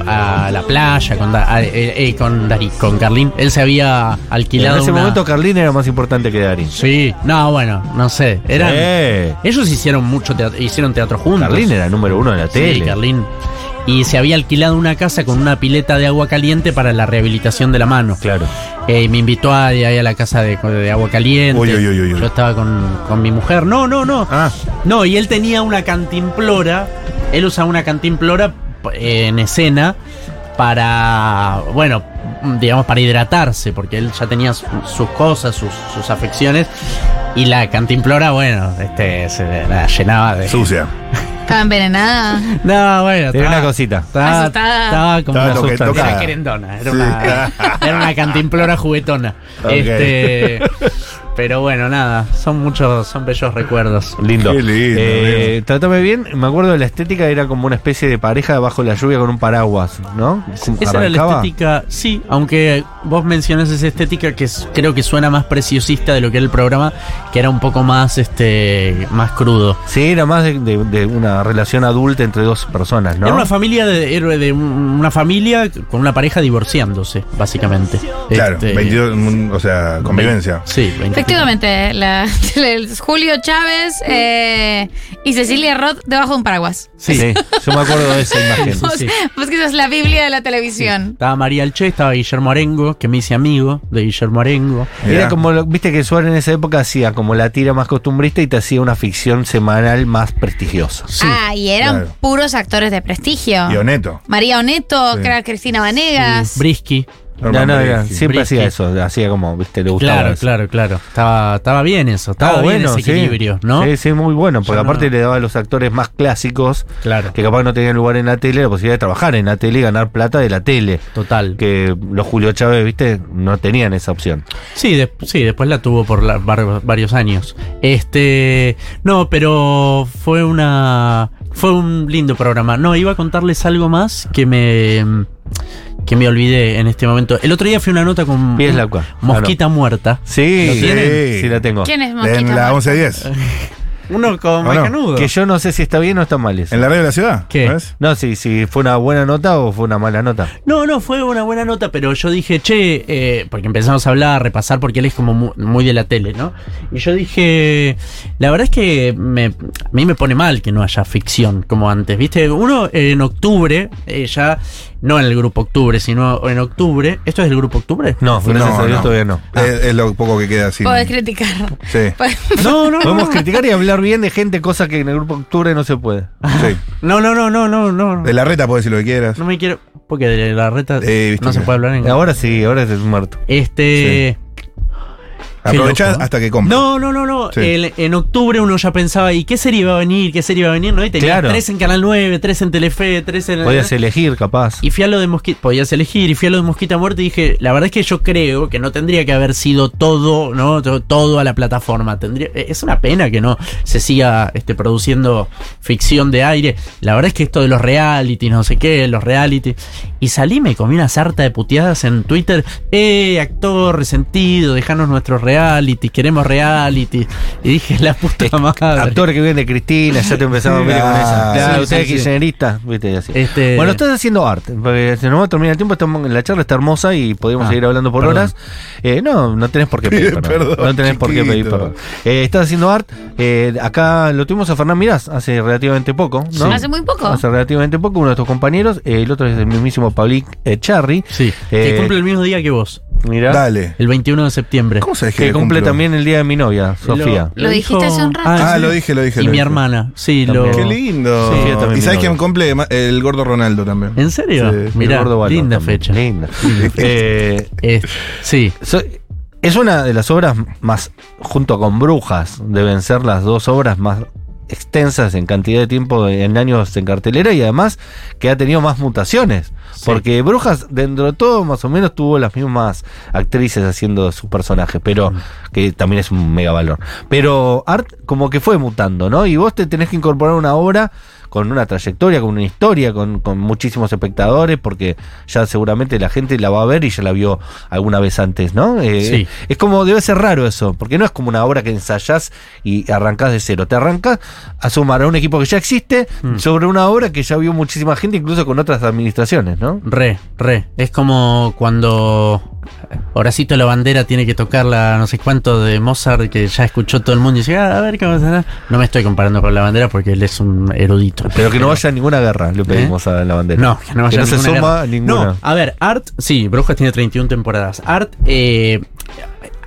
S2: a la playa con, Da- a- eh, eh, con Darí, con Carlín. Él se había
S1: En
S2: alquilado.
S1: ese
S2: una-
S1: momento Carlín era más importante que Darín.
S2: Sí, no, bueno, no sé. Eran,
S1: Eh,
S2: Ellos hicieron mucho teatro, hicieron teatro juntos.
S1: Carlín era número uno de la
S2: Sí,
S1: tele.
S2: Carlín. Y se había alquilado una casa con una pileta de agua caliente para la rehabilitación de la mano.
S1: Claro.
S2: Eh, y me invitó a, ahí a la casa de, de agua caliente.
S3: Uy, uy, uy, uy, uy.
S2: Yo estaba con, con mi mujer. No, no, no.
S3: Ah,
S2: No, y él tenía una cantimplora. Él usaba una cantimplora eh, en escena para, bueno, digamos, para hidratarse, porque él ya tenía su- sus cosas, sus, sus afecciones. Y la cantimplora, bueno, este, se la llenaba de.
S3: sucia.
S4: Estaba envenenada.
S2: No,
S1: Era
S2: bueno,
S1: una
S2: estaba-
S1: cosita.
S2: estaba-
S4: Asustada.
S2: Estaba como
S3: Estaba
S2: una
S3: toque-
S2: sustancia.
S3: tocada.
S2: Era querendona, era
S3: Sí.
S2: una, era una cantimplora juguetona.
S3: Ok.
S2: Este, Pero bueno, nada, son muchos, son bellos recuerdos.
S1: Lindo.
S3: Qué lindo,
S1: Eh, trátame bien. Me acuerdo de la estética, era como una especie de pareja bajo la lluvia con un paraguas, ¿no?
S2: Esa era la
S1: Arrancaba.
S2: estética, sí, aunque vos mencionás esa estética que es- creo que suena más preciosista de lo que era el programa, que era un poco más este más crudo.
S1: Sí, era más de, de- de una relación adulta entre dos personas, ¿no?
S2: Era una familia de héroe de un- una familia con una pareja divorciándose, básicamente.
S3: Claro,
S2: Este,
S3: 22, mm, o sea, convivencia.
S2: Sí, 22.
S4: Efectivamente, la, el Julio Chávez eh, y Cecilia Roth debajo de un paraguas.
S1: Sí. sí, yo me acuerdo de esa imagen.
S2: Sí, sí.
S4: Pues que esa es la Biblia de la televisión.
S2: Estaba María Alche, estaba Guillermo Arengo, que me hice amigo de Guillermo Arengo.
S1: Era
S3: Mirá.
S1: como, lo- viste que Suárez en esa época hacía como la tira más costumbrista y te hacía una ficción semanal más prestigiosa.
S2: Sí.
S4: ah, y eran
S3: claro.
S4: puros actores de prestigio.
S3: Y Oneto.
S4: María Oneto,
S3: Sí.
S4: que era Cristina Vanegas.
S2: Brisky.
S1: No,
S3: Norman
S1: no, era-
S3: Brisky.
S1: siempre
S2: Brisky.
S1: hacía eso, hacía como, viste, le gustaba.
S2: Claro,
S1: eso.
S2: claro, claro. Estaba, estaba bien eso, estaba,
S1: Estaba Ah,
S2: bien
S1: bueno,
S2: ese equilibrio,
S1: sí.
S2: ¿no?
S1: Sí, sí, muy bueno, porque
S2: Yo no-
S1: aparte le daba a los actores más clásicos,
S2: Claro.
S1: que capaz no tenían lugar en la tele, la posibilidad de trabajar en la tele y ganar plata de la tele.
S2: Total.
S1: Que los Julio Chávez, viste, no tenían esa opción.
S2: Sí, de- sí, después la tuvo por la- var- varios años. Este, no, pero fue una fue un lindo programa. No, iba a contarles algo más que me que me olvidé en este momento. El otro día fui a una nota con
S1: Pies la cua-
S2: Mosquita Muerta.
S1: Sí,
S2: ¿Lo tienen?
S1: sí, sí la tengo.
S4: ¿Quién es Mosquita?
S3: En la
S4: Muerta?
S3: 1110.
S2: Uno con
S3: Bueno,
S2: Macanudo.
S1: Que yo Ah, no sé si está bien o está mal eso.
S3: En la radio de la ciudad.
S2: ¿Qué?
S3: ¿ves?
S1: No, si si fue una buena nota o fue una mala nota.
S2: No, no, fue una buena nota, pero yo dije, che, eh, porque empezamos a hablar, a repasar, porque él es como mu- muy, de la tele, ¿no? Y yo dije, la verdad es que me- a mí me pone mal que no haya ficción como antes, ¿viste? Uno eh, en octubre, eh, ya, no en el grupo octubre, sino en octubre, ¿esto es el grupo octubre?
S1: No, gracias
S3: No,
S1: a Dios
S3: no.
S1: todavía no.
S2: Eh,
S1: Ah.
S3: Es, es lo poco que queda así.
S4: Podés criticar.
S3: Sí,
S2: No, no,
S1: Podemos
S2: no.
S1: criticar y hablar bien de gente, cosa que en el grupo octubre no se puede.
S3: sí.
S2: No, no, no, no, no, no.
S3: De la reta podés decir lo que quieras.
S2: No me quiero, porque de la reta
S3: Eh, viste
S2: no se
S3: que-
S2: puede hablar en...
S1: Ahora sí, ahora es muerto.
S2: Este... Qué
S3: Aprovechás
S2: loco.
S3: hasta que compras.
S2: No, no, no, no.
S3: Sí.
S2: El- en octubre uno ya pensaba, ¿y qué serie iba a venir? ¿Qué serie iba a venir? ¿No? Y tenía
S1: Claro.
S2: tres en Canal 9, tres en Telefe, tres en.
S1: Podías elegir, capaz.
S2: Y fui a lo de Mosquita. Podías elegir, y fui a lo de Mosquita Muerte y dije, la verdad es que yo creo que no tendría que haber sido todo, ¿no? To- Todo a la plataforma. Tendría, eh, es una pena que no se siga este, produciendo ficción de aire. La verdad es que esto de los reality, no sé qué, los reality. Y salí, me comí una sarta de puteadas en Twitter. Eh, actor, resentido, dejanos nuestros reality, queremos reality. Y dije, la puta madre.
S1: Actores que vienen de Cristina, ya te empezamos a ver con esa.
S3: Ah,
S1: Claro,
S2: sí,
S1: usted
S2: sí,
S1: es
S2: sí.
S1: kirchnerista, viste, y así.
S2: Este-
S1: Bueno, estás haciendo arte, porque se nos va a terminar el tiempo, estamos, la charla está hermosa y podemos
S2: Ah,
S1: seguir hablando por
S2: perdón.
S1: horas. Eh, no, no tenés por qué pedir
S3: Pide
S1: perdón.
S3: perdón,
S1: no tenés por qué pedir
S3: chiquito.
S1: perdón. Eh, estás haciendo arte, Eh, acá lo tuvimos a Fernán Mirás hace relativamente poco, ¿no?
S4: Sí. Hace muy poco.
S1: Hace relativamente poco, uno de tus compañeros, eh, el otro es el mismísimo Pablik eh, Charri.
S2: Sí,
S1: Eh,
S2: que cumple el mismo día que vos,
S1: Mirá,
S3: Dale.
S2: el 21 de septiembre.
S3: ¿Cómo sabés que,
S1: que cumple
S3: cumplo?
S1: también el día de mi novia, Sofía.
S4: Lo dijiste hace un rato.
S2: ¿en
S3: Ah,
S2: serio?
S3: lo dije, lo dije.
S2: Y
S3: lo
S2: mi
S3: dije.
S2: hermana, sí,
S1: También.
S2: lo.
S3: Qué lindo.
S1: Sí, yo también
S3: y
S1: mi
S3: sabes
S1: novia.
S3: quién cumple Ma- el gordo Ronaldo también.
S2: ¿En serio?
S3: Sí.
S1: El
S2: Mirá,
S1: gordo Balón
S2: linda
S1: también.
S2: fecha.
S1: Linda. Eh,
S2: Es- sí,
S1: So- es una de las obras más, junto con Brujas, deben ser las dos obras más extensas en cantidad de tiempo, en años en cartelera y además que ha tenido más mutaciones. Porque Brujas, dentro de todo, más o menos tuvo las mismas actrices haciendo sus personajes, pero que también es un mega valor. Pero Art como que fue mutando, ¿no? Y vos te tenés que incorporar una obra con una trayectoria, con una historia, con, con muchísimos espectadores, porque ya seguramente la gente la va a ver y ya la vio alguna vez antes, ¿no? Eh,
S2: Sí.
S1: Es como, debe ser raro eso, porque no es como una obra que ensayás y arrancás de cero. Te arrancas a sumar a un equipo que ya existe
S2: Mm.
S1: sobre una obra que ya vio muchísima gente, incluso con otras administraciones, ¿no?
S2: re, re. Es como cuando Horacito la bandera tiene que tocar la no sé cuánto de Mozart que ya escuchó todo el mundo y dice, "Ah, a ver qué va a hacer". No me estoy comparando con la bandera porque él es un erudito.
S1: Pero que no vaya a ninguna guerra, le pedimos a la bandera.
S2: ¿Eh? No, que no vaya
S1: se
S2: ninguna
S1: suma
S2: guerra.
S1: a ninguna.
S2: No, a ver, Art, sí, Brujas tiene 31 temporadas. Art, eh,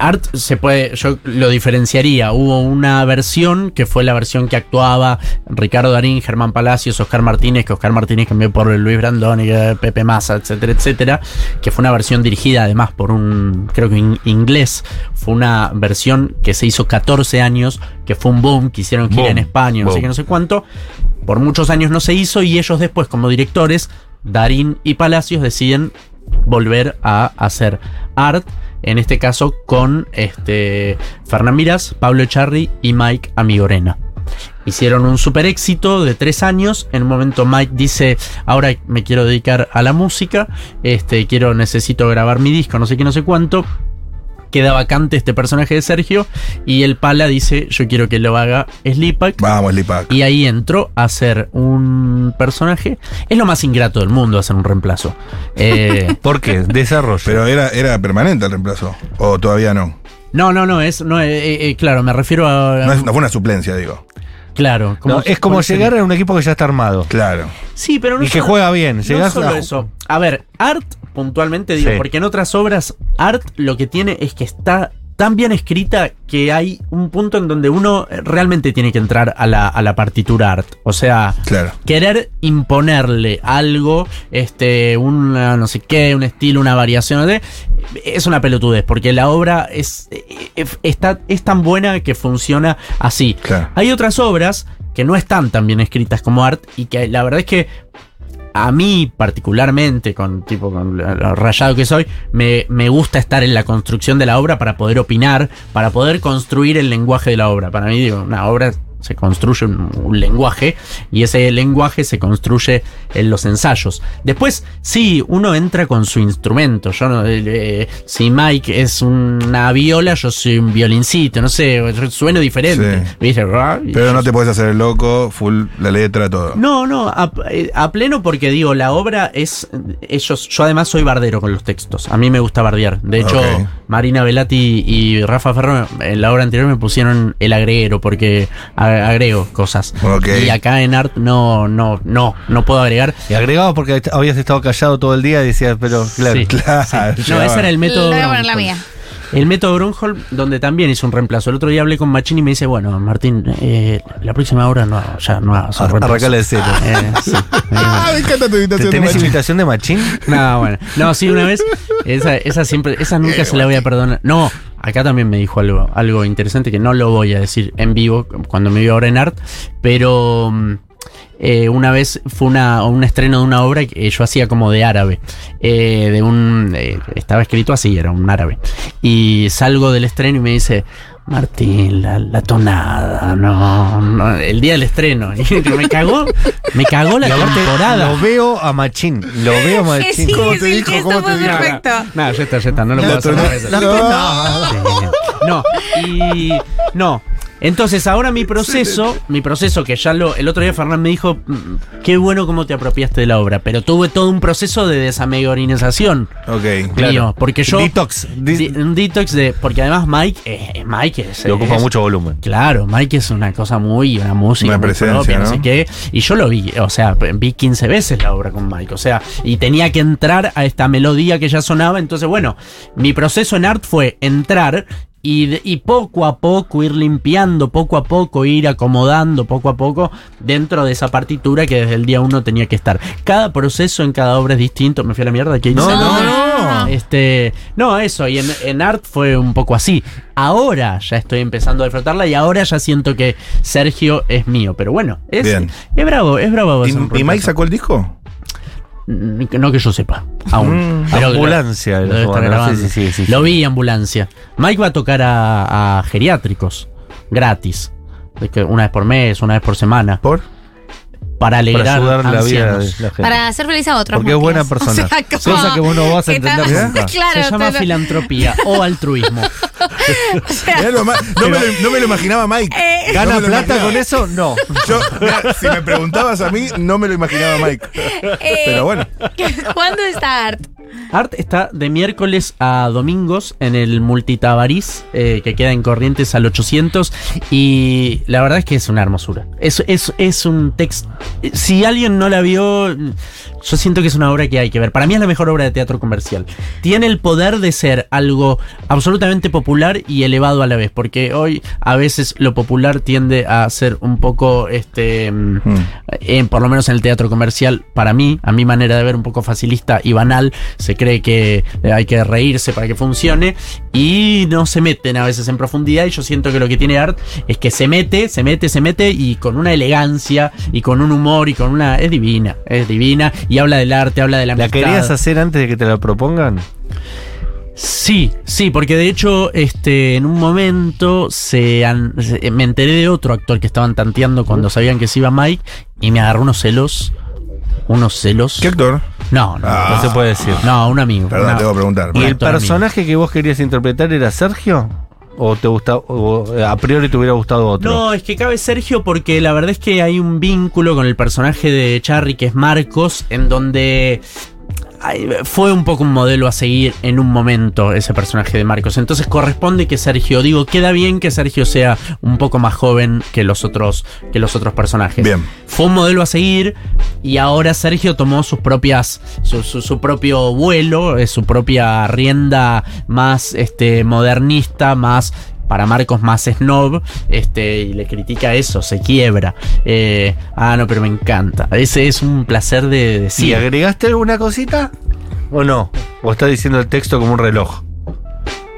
S2: Art se puede, yo lo diferenciaría. Hubo una versión que fue la versión que actuaba Ricardo Darín, Germán Palacios, Oscar Martínez, que Oscar Martínez cambió por Luis Brandón, y, eh, Pepe Massa, etcétera, etcétera. Que fue una versión dirigida además por un, creo que in- inglés. Fue una versión que se hizo 14 años, que fue un boom, que hicieron gira
S1: Boom,
S2: en España, no sé
S1: boom.
S2: qué, no sé cuánto por muchos años no se hizo y ellos después como directores, Darín y Palacios deciden volver a hacer art en este caso con este, Fernán Miras, Pablo Echarri y Mike Amigorena. Hicieron un super éxito de tres años. En un momento Mike dice, ahora me quiero dedicar a la música, este, quiero, necesito grabar mi disco, no sé qué, no sé cuánto. Queda vacante este personaje de Sergio y el pala dice, yo quiero que lo haga Slipak.
S3: Vamos, Lipac.
S2: Y ahí entró a ser un personaje. Es lo más ingrato del mundo hacer un reemplazo. Eh,
S1: ¿Por qué? Desarrollo.
S3: Pero era, era permanente el reemplazo. O todavía no.
S2: no, no, no, es. No, eh, eh, claro, me refiero a.
S3: No, es- no fue una suplencia, digo.
S2: claro.
S1: No, es como
S2: ¿cuál el-
S1: llegar a un equipo que ya está armado.
S3: Claro.
S2: Sí, pero no
S1: Y que
S2: solo-
S1: juega bien.
S2: no
S1: Llegás
S2: solo
S1: a-
S2: eso. A ver, Art, puntualmente digo,
S1: Sí.
S2: porque en otras obras, Art lo que tiene es que está tan bien escrita que hay un punto en donde uno realmente tiene que entrar a la, a la partitura Art. O sea.
S3: Claro.
S2: querer imponerle algo, este, una no sé qué, un estilo, una variación de, es una pelotudez, porque la obra es, eh, es- está, es tan buena que funciona así.
S3: Claro.
S2: Hay otras obras que no están tan bien escritas como Art y que la verdad es que a mí particularmente, con tipo con lo- lo rayado que soy, me, me gusta estar en la construcción de la obra para poder opinar, para poder construir el lenguaje de la obra. Para mí, digo, una obra se construye un, un lenguaje y ese lenguaje se construye en los ensayos. Después, sí, uno entra con su instrumento. Yo no- eh, si Mike es una viola, yo soy un violincito, no sé, yo sueno diferente.
S3: Sí.
S2: ¿Viste? Y
S3: Pero no te puedes hacer el loco, full la letra, todo.
S2: no, no, a, eh, a pleno porque digo, la obra es. Ellos, yo además soy bardero con los textos. A mí me gusta bardear. De hecho,
S3: Ok.
S2: Marina Velati y Rafa Ferro en la obra anterior me pusieron el agreguero porque a- agrego cosas.
S3: Ok.
S2: Y acá en Art no, no, no, no puedo agregar.
S1: Y agregado porque habías estado callado todo el día y decías, pero claro.
S2: Sí.
S3: Claro.
S2: No,
S3: Ah, ya
S2: ese
S3: va.
S2: era el método.
S4: Le voy a poner la
S2: Bronholm.
S4: mía.
S2: El método Bronholm, donde también hizo un reemplazo. El otro día hablé con Machini y me dice, bueno, Martín, eh, la próxima obra no, ya no hagas un reemplazo.
S1: Arrancale de cero.
S2: Eh, sí.
S3: Ah, me encanta tu
S1: ¿Te-
S3: invitación.
S1: ¿Tenés invitación de Machín?
S2: No, bueno. No, sí, una vez. Esa, esa siempre, esa nunca se la voy a perdonar. No, acá también me dijo algo, algo interesante que no lo voy a decir en vivo cuando me vio ahora en Art, pero mm, eh, una vez fue una, un estreno de una obra que yo hacía como de árabe. eh, de un. eh, estaba escrito así, era un árabe. Y salgo del estreno y me dice. Martín, la, la tonada, no, no, el día del estreno. Y me cagó, me cagó la temporada.
S1: Lo veo a Machín. Lo veo a
S4: Que
S1: Machín.
S4: sí,
S3: ¿Cómo te
S4: sí,
S3: dijo?
S4: que esto
S3: ¿Cómo
S4: fue
S3: te dijo?
S4: perfecto.
S2: No, ya está, ya está, no lo
S3: La
S2: puedo hacer
S3: tonada.
S2: más veces.
S1: La tonada.
S2: No, y. No. Entonces, ahora mi proceso, mi proceso que ya lo. El otro día Fernán me dijo, "Mm, qué bueno cómo te apropiaste de la obra, pero tuve todo un proceso de desamigorinización
S3: Ok.
S1: Claro.
S2: mío, porque yo.
S1: Detox. Di-
S2: di- un detox de. Porque además Mike, eh, Mike es.
S1: Le ocupa
S2: es-
S1: mucho volumen.
S2: Claro, Mike es una cosa muy, una música
S3: Una
S2: muy
S3: presencia,
S2: propia, no,
S3: ¿no?
S2: sé qué. Y yo lo vi, o sea, vi 15 veces la obra con Mike, o sea, y tenía que entrar a esta melodía que ya sonaba. Entonces, bueno, mi proceso en art fue entrar y, de- y poco a poco ir limpiando, poco a poco ir acomodando, poco a poco dentro de esa partitura que desde el día uno tenía que estar. Cada proceso en cada obra es distinto. Me fui a la mierda aquí.
S1: No,
S2: Sí.
S1: no,
S4: no.
S2: Este, no, eso, y en, en art fue un poco así. Ahora ya estoy empezando a disfrutarla y ahora ya siento que Sergio es mío. Pero bueno, es,
S3: Bien.
S2: es bravo, es bravo.
S3: ¿Y,
S2: hacer un
S3: y Mike
S2: reemplazo.
S3: sacó el disco?
S2: N- No que yo sepa, aún.
S1: Mm,
S2: Pero lo-
S1: ambulancia, lo
S2: lo debe estar
S1: bueno,
S2: grabando.
S1: sí, sí, sí, sí.
S2: Lo vi, ambulancia. Mike va a tocar a, a geriátricos, gratis. De que Una vez por mes, una vez por semana.
S3: ¿Por?
S2: Para alegrar
S1: Para ayudar la vida de
S2: ancianos.
S1: la gente.
S4: Para hacer feliz a otros.
S1: Porque es buena persona. Cosa que vos no vas a entender nunca.
S4: Claro,
S2: Se llama
S4: te lo-
S2: filantropía o altruismo.
S4: o sea,
S3: Mirá lo ma- no, me lo, no me lo imaginaba Mike.
S4: Eh.
S3: No
S1: ¿Gana
S3: me lo
S1: plata
S3: imaginaba.
S1: con eso? No.
S3: Yo, mirá, si me preguntabas a mí, no me lo imaginaba Mike.
S4: Eh.
S3: Pero bueno,
S4: ¿Cuándo está Art?
S2: Art está de miércoles a domingos en el Multitabarís, eh, que queda en Corrientes al 800. Y la verdad es que es una hermosura. Es, es, es un texto. Si alguien no la vio, yo siento que es una obra que hay que ver. Para mí es la mejor obra de teatro comercial. Tiene el poder de ser algo absolutamente popular y elevado a la vez, porque hoy a veces lo popular tiende a ser un poco este. mm,
S3: Mm.
S2: en- por lo menos en el teatro comercial, para mí, a mi manera de ver, un poco facilista y banal, se cree que eh, hay que reírse para que funcione y no se meten a veces en profundidad y yo siento que lo que tiene Art es que se mete, se mete, se mete y con una elegancia y con un humor y con una... es divina, es divina y habla del arte, habla de la
S1: ¿La
S2: amistad.
S1: querías hacer antes de que te la propongan?
S2: Sí, sí, porque de hecho, este, en un momento se, an- se- me enteré de otro actor que estaban tanteando cuando sabían que se iba Mike y me agarró unos celos. Unos celos.
S3: ¿Qué actor?
S2: No, no,
S3: Ah,
S1: No se puede decir.
S2: no, un amigo.
S3: Perdón,
S2: una-
S3: te voy a preguntar.
S1: ¿Y
S2: un
S1: el
S2: actor amigo.
S1: personaje que vos querías interpretar era Sergio? ¿O te gustaba, o eh, a priori te hubiera gustado otro?
S2: No, es que cabe Sergio porque la verdad es que hay un vínculo con el personaje de Charry que es Marcos, en donde ay, fue un poco un modelo a seguir en un momento ese personaje de Marcos. Entonces corresponde que Sergio, digo, queda bien que Sergio sea un poco más joven que los otros, que los otros personajes.
S3: Bien.
S2: Fue un modelo a seguir y ahora Sergio tomó sus propias, su, su- su propio vuelo, eh, su propia rienda más este, modernista, más para Marcos más snob, este, y le critica eso, se quiebra. Eh, ah, no, pero me encanta. Ese es un placer de
S1: ¿Y
S2: decir.
S1: agregaste alguna cosita? ¿O no? ¿O estás diciendo el texto como un reloj?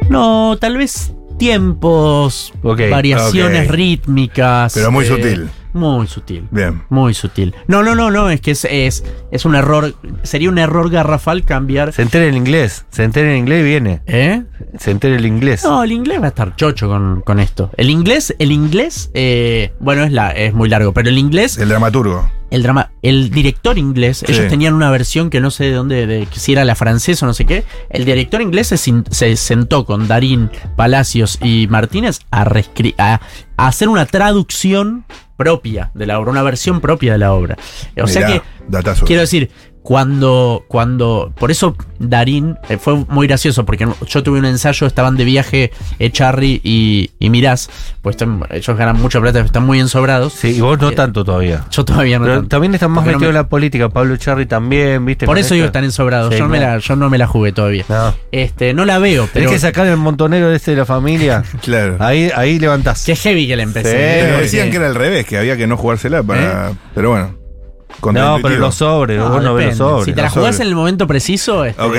S2: No, tal vez tiempos,
S1: Ok,
S2: variaciones
S3: ok.
S2: rítmicas. eh,
S3: Pero muy sutil.
S2: Muy sutil.
S3: Bien.
S2: Muy sutil. No, no, no, no, es que es, es, es un error, sería un error garrafal cambiar.
S1: Se entera el inglés. Se entera el inglés y viene.
S2: ¿Eh?
S1: Se entera el inglés.
S2: No, el inglés va a estar chocho con, con esto. El inglés, el inglés, eh, bueno, es, la, es muy largo, pero el inglés,
S3: El dramaturgo.
S2: el drama, el director inglés,
S3: Sí.
S2: ellos tenían una versión que no sé de dónde, de, que si era la francesa o no sé qué. El director inglés se, sin- se sentó con Darín, Palacios y Martínez a, reescri- a- a hacer una traducción propia de la obra, una versión propia de la obra. O sea
S3: Mirá,
S2: que
S3: datazo.
S2: Quiero decir, cuando, cuando, por eso Darín eh, fue muy gracioso, porque yo tuve un ensayo, estaban de viaje eh, Charry y, y Mirás, pues están- ellos ganan mucha plata, están muy ensobrados.
S1: Sí, y vos no tanto todavía.
S2: Yo todavía no.
S1: Pero
S2: tanto.
S1: también están más
S2: Porque no
S1: metidos en la política. Pablo Charri también, ¿viste?
S2: me- Por
S1: con
S2: eso
S1: esto.
S2: digo están ensobrados,
S1: Sí,
S2: yo, no me
S1: claro.
S2: la, yo no me la jugué todavía.
S1: No.
S2: Este, no la veo,
S1: Tenés
S2: pero
S1: que sacar el montonero este de la familia.
S3: Claro.
S1: Ahí, ahí levantás.
S2: qué heavy que la empecé.
S1: Sí,
S2: ¿eh?
S3: Pero
S1: Eh,
S3: decían que era al revés, que había que no jugársela para. Pero bueno.
S1: No, pero
S3: contraintuitivo.
S1: los sobres,
S2: No,
S1: vos no ves los
S2: Ah, depende.
S1: sobres.
S2: si te la
S3: los
S2: jugás
S3: sobres.
S2: en el momento preciso, este,
S3: Ok.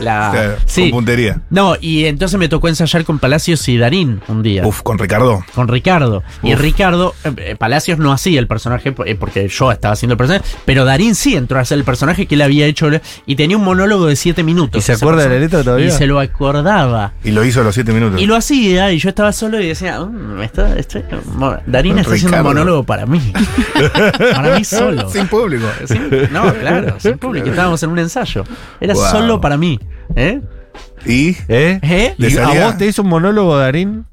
S2: la.
S3: Claro,
S2: Ah, sí.
S3: Con puntería.
S2: No, y entonces me tocó ensayar con Palacios y Darín un día.
S3: Uf, con Ricardo.
S2: con Ricardo. Y
S3: Uf.
S2: Ricardo, eh, eh, Palacios no hacía el personaje po- eh, porque yo estaba haciendo el personaje, pero Darín sí entró a hacer el personaje que él había hecho eh, y tenía un monólogo de 7 minutos.
S1: ¿Y se
S2: Esa
S1: acuerda de la
S2: persona.
S1: letra todavía?
S2: Y se lo acordaba.
S3: Y lo hizo a los siete minutos.
S2: Y lo hacía, y yo estaba solo y decía, "Mm, está- estoy- mo- Darín está haciendo un
S3: Ricardo.
S2: monólogo para mí. para mí solo.
S3: Ah, Sin público.
S2: Sí, No, claro, sin público. Estábamos en un ensayo. Era
S3: Wow.
S2: solo para mí. ¿Eh?
S3: Y.
S1: ¿Eh?
S2: ¿Eh?
S1: ¿Y
S3: ¿Le salía?
S1: ¿A vos te hizo un monólogo, Darín?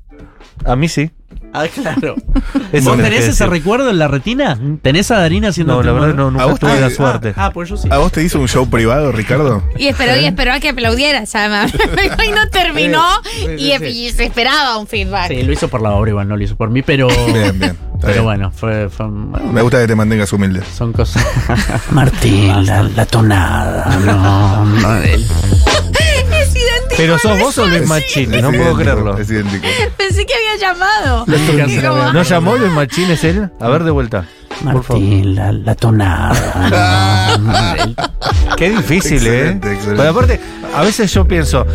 S1: A mí sí.
S2: Ah, claro.
S1: Eso tenés
S2: ¿Vos tenés
S1: que
S2: ese
S1: decir.
S2: recuerdo en la retina? ¿Tenés a Darín haciendo
S1: No,
S2: un
S1: la verdad
S2: monólogo?
S1: no,
S3: ¿A
S1: nunca
S3: vos
S1: tuve
S3: te-
S1: la
S3: ah,
S1: suerte.
S2: Ah, pues yo sí.
S3: ¿A vos te hizo un show privado, Ricardo?
S4: Y esperó y esperó a que aplaudiera, o sea, me- y no terminó y,
S2: sí.
S4: y se esperaba un feedback.
S2: Ah, Sí, lo hizo por la obra igual, no lo hizo por mí, pero.
S3: Bien, bien. está
S2: Oh. pero
S3: bien.
S2: bueno, fue. fue- bueno,
S3: Me gusta que te mantengas humilde.
S2: son cosas. Martín, la, la tonada. No, no, el-
S4: Es idéntico.
S1: Pero sos vos o Luis Machines, no
S3: Es
S1: puedo
S3: idéntico,
S1: creerlo.
S2: Ah,
S3: Es idéntico.
S4: Pensé que había llamado.
S2: truqué.
S4: Digo,
S1: ¿No llamó Luis Machines él? A ver, de vuelta. Por favor.
S2: Martín, la, la tonada. no, no, el-
S1: Qué difícil, ¿eh?
S3: Excelente, excelente.
S1: Pero aparte, a veces yo pienso,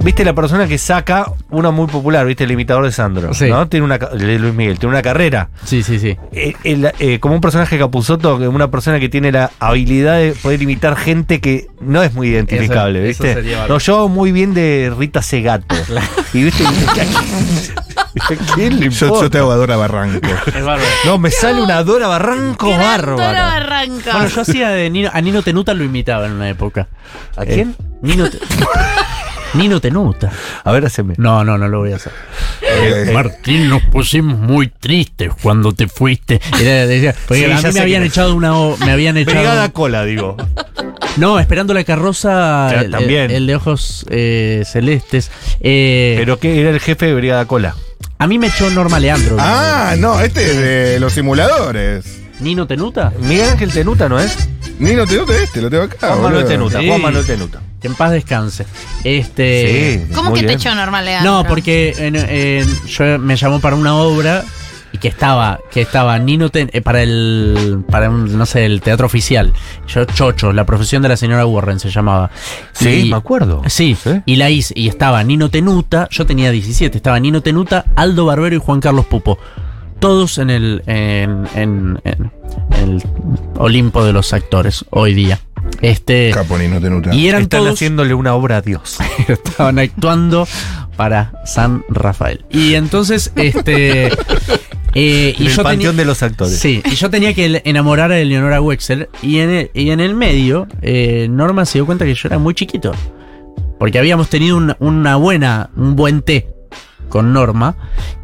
S1: viste la persona que saca una muy popular, viste el imitador de Sandro,
S2: Sí.
S1: ¿no? Tiene una, ca- de Luis Miguel, tiene una carrera.
S2: Sí, sí, sí.
S1: Eh, el- eh, como un personaje Capuzotto, que una persona que tiene la habilidad de poder imitar gente que no es muy identificable,
S2: Eso- eso
S1: ¿viste?
S2: sería bárbaro.
S1: no, yo hago muy bien de Rita Segato. Y viste, ¿a quién le
S3: Yo, yo
S1: importa?
S3: te hago Adora Barranco.
S2: Es bárbaro.
S1: No, me sale una Dora Barranco
S4: Dora
S1: bárbara.
S4: Barranca.
S2: Bueno, yo hacía de Nino, a Nino Tenuta lo imitaba en una época.
S1: ¿A
S2: Eh,
S1: quién?
S2: Nino, Te- Nino Tenuta.
S1: A ver, haceme.
S2: No, no, no lo voy a hacer.
S3: Eh,
S2: Martín, nos pusimos muy tristes cuando te fuiste. Era- decía,
S1: Sí,
S2: porque a
S1: ya
S2: mí
S1: sé
S2: me
S1: quién
S2: habían
S1: es.
S2: echado una. o- Me habían
S1: Brigada
S2: echado.
S1: Cola, digo.
S2: No, esperando la carroza.
S1: Claro,
S2: el,
S1: también.
S2: el de ojos eh, celestes. Eh,
S1: Pero que era el jefe de Brigada Cola.
S2: a mí me echó Norma Leandro.
S3: Ah, no, este es de los simuladores.
S2: ¿Nino Tenuta?
S1: Miguel Ángel Tenuta, ¿no es?
S3: Ni lo tengo este, lo tengo acá.
S1: Juan
S3: boludo.
S1: Manuel Tenuta.
S2: Sí.
S1: Juan Manuel Tenuta.
S2: Que en paz descanse. Este.
S4: ¿Cómo
S1: muy
S4: que te
S1: bien.
S4: echó normal, Leandro?
S2: No, porque en- en- yo me llamó para una obra y que estaba, que estaba Nino Ten- eh, para el, para un, no sé, el teatro oficial. Yo chocho, la profesión de la señora Warren se llamaba.
S1: Sí,
S2: Y-
S1: me acuerdo.
S2: Sí,
S1: ¿Eh?
S2: y la hice, y estaba Nino Tenuta, yo tenía 17, estaba Nino Tenuta, Aldo Barbero y Juan Carlos Pupo. Todos en el, en, en- en- en el Olimpo de los actores hoy día. Este,
S3: Caponi, no te nutras.
S2: y eran
S1: Están
S2: todos
S1: haciéndole una obra a Dios.
S2: estaban actuando para San Rafael. Y entonces, este. eh, y
S1: el
S2: yo tenía-
S1: panteón de los actores.
S2: Sí, y yo tenía que el- enamorar a Eleonora Wexler y en el, y en el medio eh, Norma se dio cuenta que yo era muy chiquito. Porque habíamos tenido un- una buena, un buen té con Norma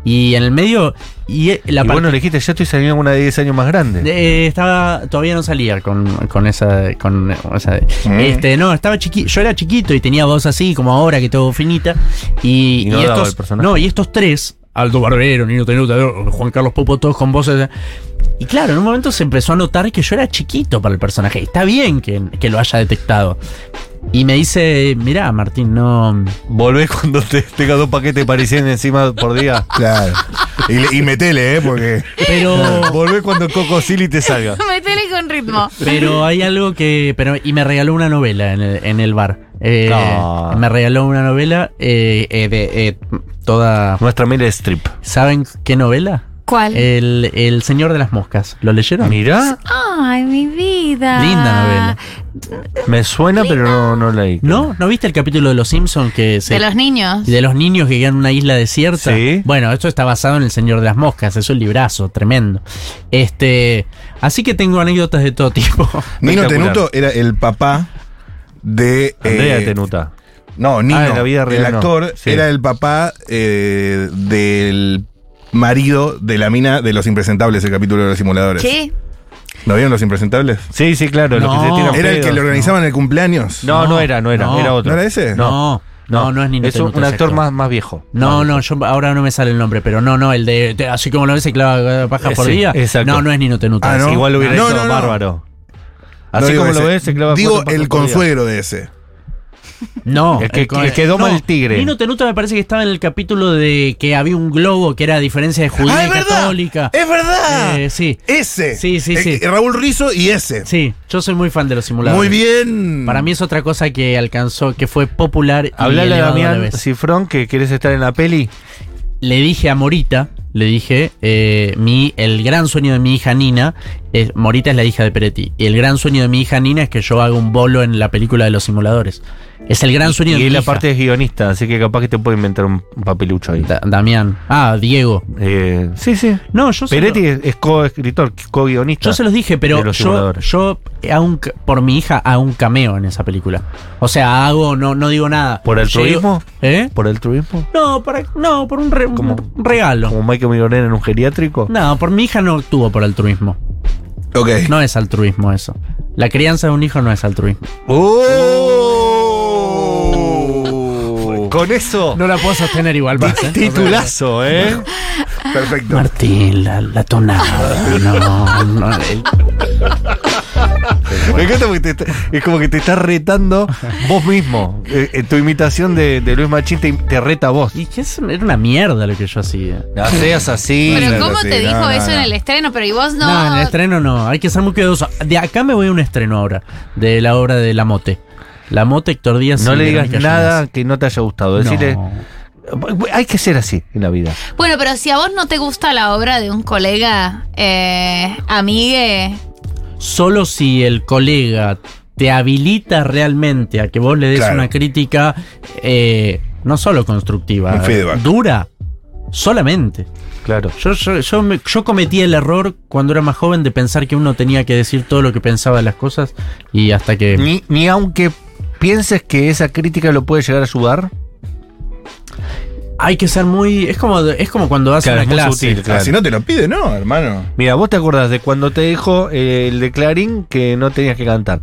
S2: y en el medio y eh, la
S1: y
S2: par-
S1: bueno, le dijiste, yo estoy saliendo con una de 10 años más grande.
S2: eh, estaba todavía no salía con, con esa con esa-
S3: Mm.
S2: este no estaba chiqui yo era chiquito y tenía voz así como ahora que todo finita y,
S1: Y no
S2: y
S1: daba el
S2: estos
S1: personaje.
S2: no y estos tres Aldo Barbero Nino Tenuta Juan Carlos Popo todos con voces y claro en un momento se empezó a notar que yo era chiquito para el personaje está bien que, que lo haya detectado y me dice mirá Martín no
S1: Volvés cuando te tenga dos paquetes parisiennes encima por día.
S3: Claro. Y, le- y metele, ¿eh? Porque.
S2: pero
S1: Volvés cuando Coco Silly te salga.
S4: Métele con ritmo.
S2: Pero hay algo que. Pero, y me regaló una novela en el, en el bar. Eh,
S1: Ah.
S2: Me regaló una novela eh, eh, de eh, toda.
S1: Nuestra Mel Strip.
S2: ¿Saben qué novela?
S4: ¿Cuál?
S2: El, el Señor de las Moscas. ¿Lo leyeron?
S1: Mirá,
S4: Ay, mi vida.
S2: Linda novela.
S1: me suena, pero no, no leí.
S2: ¿No? ¿No viste el capítulo de Los Simpsons que se.
S4: De los niños.
S2: de los niños que quedan en una isla desierta.
S1: Sí.
S2: Bueno, esto está basado en El Señor de las Moscas. Es un librazo tremendo. Este. Así que tengo anécdotas de todo tipo.
S3: Nino
S1: Espectacular.
S3: Tenuto era el papá de.
S1: Andrea
S3: eh,
S1: Tenuta.
S3: No, Nino.
S1: Ah, en la vida real,
S3: el
S1: no.
S3: actor
S1: Sí.
S3: era el papá eh, del marido de la mina de Los Impresentables, el capítulo de los simuladores.
S4: ¿Qué?
S3: ¿No vieron Los Impresentables?
S1: Sí, sí, claro. los
S2: No.
S1: que se tiran
S3: ¿Era el que
S1: pedos.
S3: le organizaban el cumpleaños?
S1: No, no era, no era,
S2: No.
S1: era otro.
S3: ¿No era ese?
S2: No. No, no, es ni
S1: Es un, un actor más, más viejo.
S2: No,
S1: Más
S2: no,
S1: viejo.
S2: yo ahora no me sale el nombre, pero no, no, el de, de- así como lo ves y clava eh, paja
S1: Eh,
S2: por
S1: sí,
S2: día.
S1: exacto.
S2: No, no es Nino Tenuta.
S3: Ah, ¿no?
S1: Igual lo hubiera
S3: No,
S1: hecho
S3: no, no.
S1: bárbaro.
S3: No
S1: Así
S3: digo
S1: como lo
S3: ese.
S1: ves, se clava
S3: Digo
S1: cuatro
S3: el
S1: pasos por día.
S3: consuegro de ese.
S2: No, Eh,
S1: El que-
S2: con-
S1: el que doma el tigre.
S2: Nino Tenuta me parece que estaba en el capítulo de que había un globo que era a diferencia de judía
S3: ¡Ah,
S2: y
S3: es verdad!
S2: católica.
S3: ¡Es verdad!
S2: Eh, sí,
S3: Ese.
S2: Sí, sí,
S3: Eh,
S2: sí.
S3: Raúl Rizo y ese.
S2: sí, yo soy muy fan de los simuladores.
S3: Muy bien.
S2: Para mí es otra cosa que alcanzó, que fue popular. y
S1: Hablale a
S2: elevado la
S1: Damián
S2: vez.
S1: Cifrón que querés estar en la peli.
S2: le dije a Morita, le dije, eh, mi, el gran sueño de mi hija Nina, es, Morita es la hija de Peretti, y el gran sueño de mi hija Nina es que yo haga un bolo en la película de los simuladores. Es el gran sueño
S1: Y
S2: de mi
S1: él
S2: hija.
S1: aparte es guionista, así que capaz que te puede inventar un, un papelucho ahí.
S2: Da- Damián. Ah, Diego.
S1: Eh, sí, sí.
S2: No, yo se lo-
S1: Peretti es, es co-escritor, co-guionista.
S2: yo se los dije,
S1: de
S2: pero
S1: los
S2: yo,
S1: simuladores.
S2: yo hago un ca- por mi hija hago un cameo en esa película. O sea, hago, no, no digo nada.
S1: ¿Por
S2: Llego-
S1: altruismo?
S2: ¿Eh?
S1: ¿Por altruismo?
S2: No, para, no, por un, re- un
S1: Como-
S2: regalo.
S1: Como Michael Mironera en un geriátrico.
S2: No, por mi hija no actúo por altruismo.
S3: Ok.
S2: No es altruismo eso. La crianza de un hijo no es altruismo.
S3: Uh, ¡Oh!
S1: Con eso,
S2: No la puedo sostener igual, más, ¿eh?
S1: titulazo, ¿eh?
S3: Perfecto.
S2: Martín, la, la tonada. No, no, el-
S1: Me encanta porque te está- es como que te estás retando vos mismo. Eh, eh, tu imitación de, de Luis Machín te, te reta a vos.
S2: y que es- era una mierda lo que yo hacía.
S1: No seas así.
S4: Pero
S3: claro,
S4: ¿cómo
S3: sí,
S4: te
S3: no,
S4: dijo
S3: no,
S4: eso
S3: no.
S4: en el estreno? Pero y vos no.
S2: No, en el estreno no. Hay que ser muy cuidadoso. De acá me voy a un estreno ahora. De la obra de La Mote. La Mote, Héctor Díaz.
S1: No
S2: y
S1: le digas
S2: Verónica
S1: nada
S2: Llenas.
S1: que no te haya gustado.
S2: No.
S1: Decirle, hay que ser así en la vida.
S4: Bueno, pero si a vos no te gusta la obra de un colega, eh, amigue,
S2: Solo si el colega te habilita realmente a que vos le des
S3: Claro.
S2: una crítica eh, no solo constructiva,
S3: Un feedback.
S2: dura. Solamente.
S1: Claro.
S2: Yo, yo, yo me- yo cometí el error cuando era más joven de pensar que uno tenía que decir todo lo que pensaba de las cosas y hasta que...
S1: Ni, ni aunque pienses que esa crítica lo puede llegar a ayudar.
S2: Hay que ser muy... Es como, es como cuando vas
S1: Claro,
S2: a
S1: es
S2: una
S1: muy
S2: clase.
S1: sutil,
S3: Ah, si no te lo pide, no, hermano.
S1: Mira, vos te acordás de cuando te dijo eh, el de Clarín que no tenías que cantar.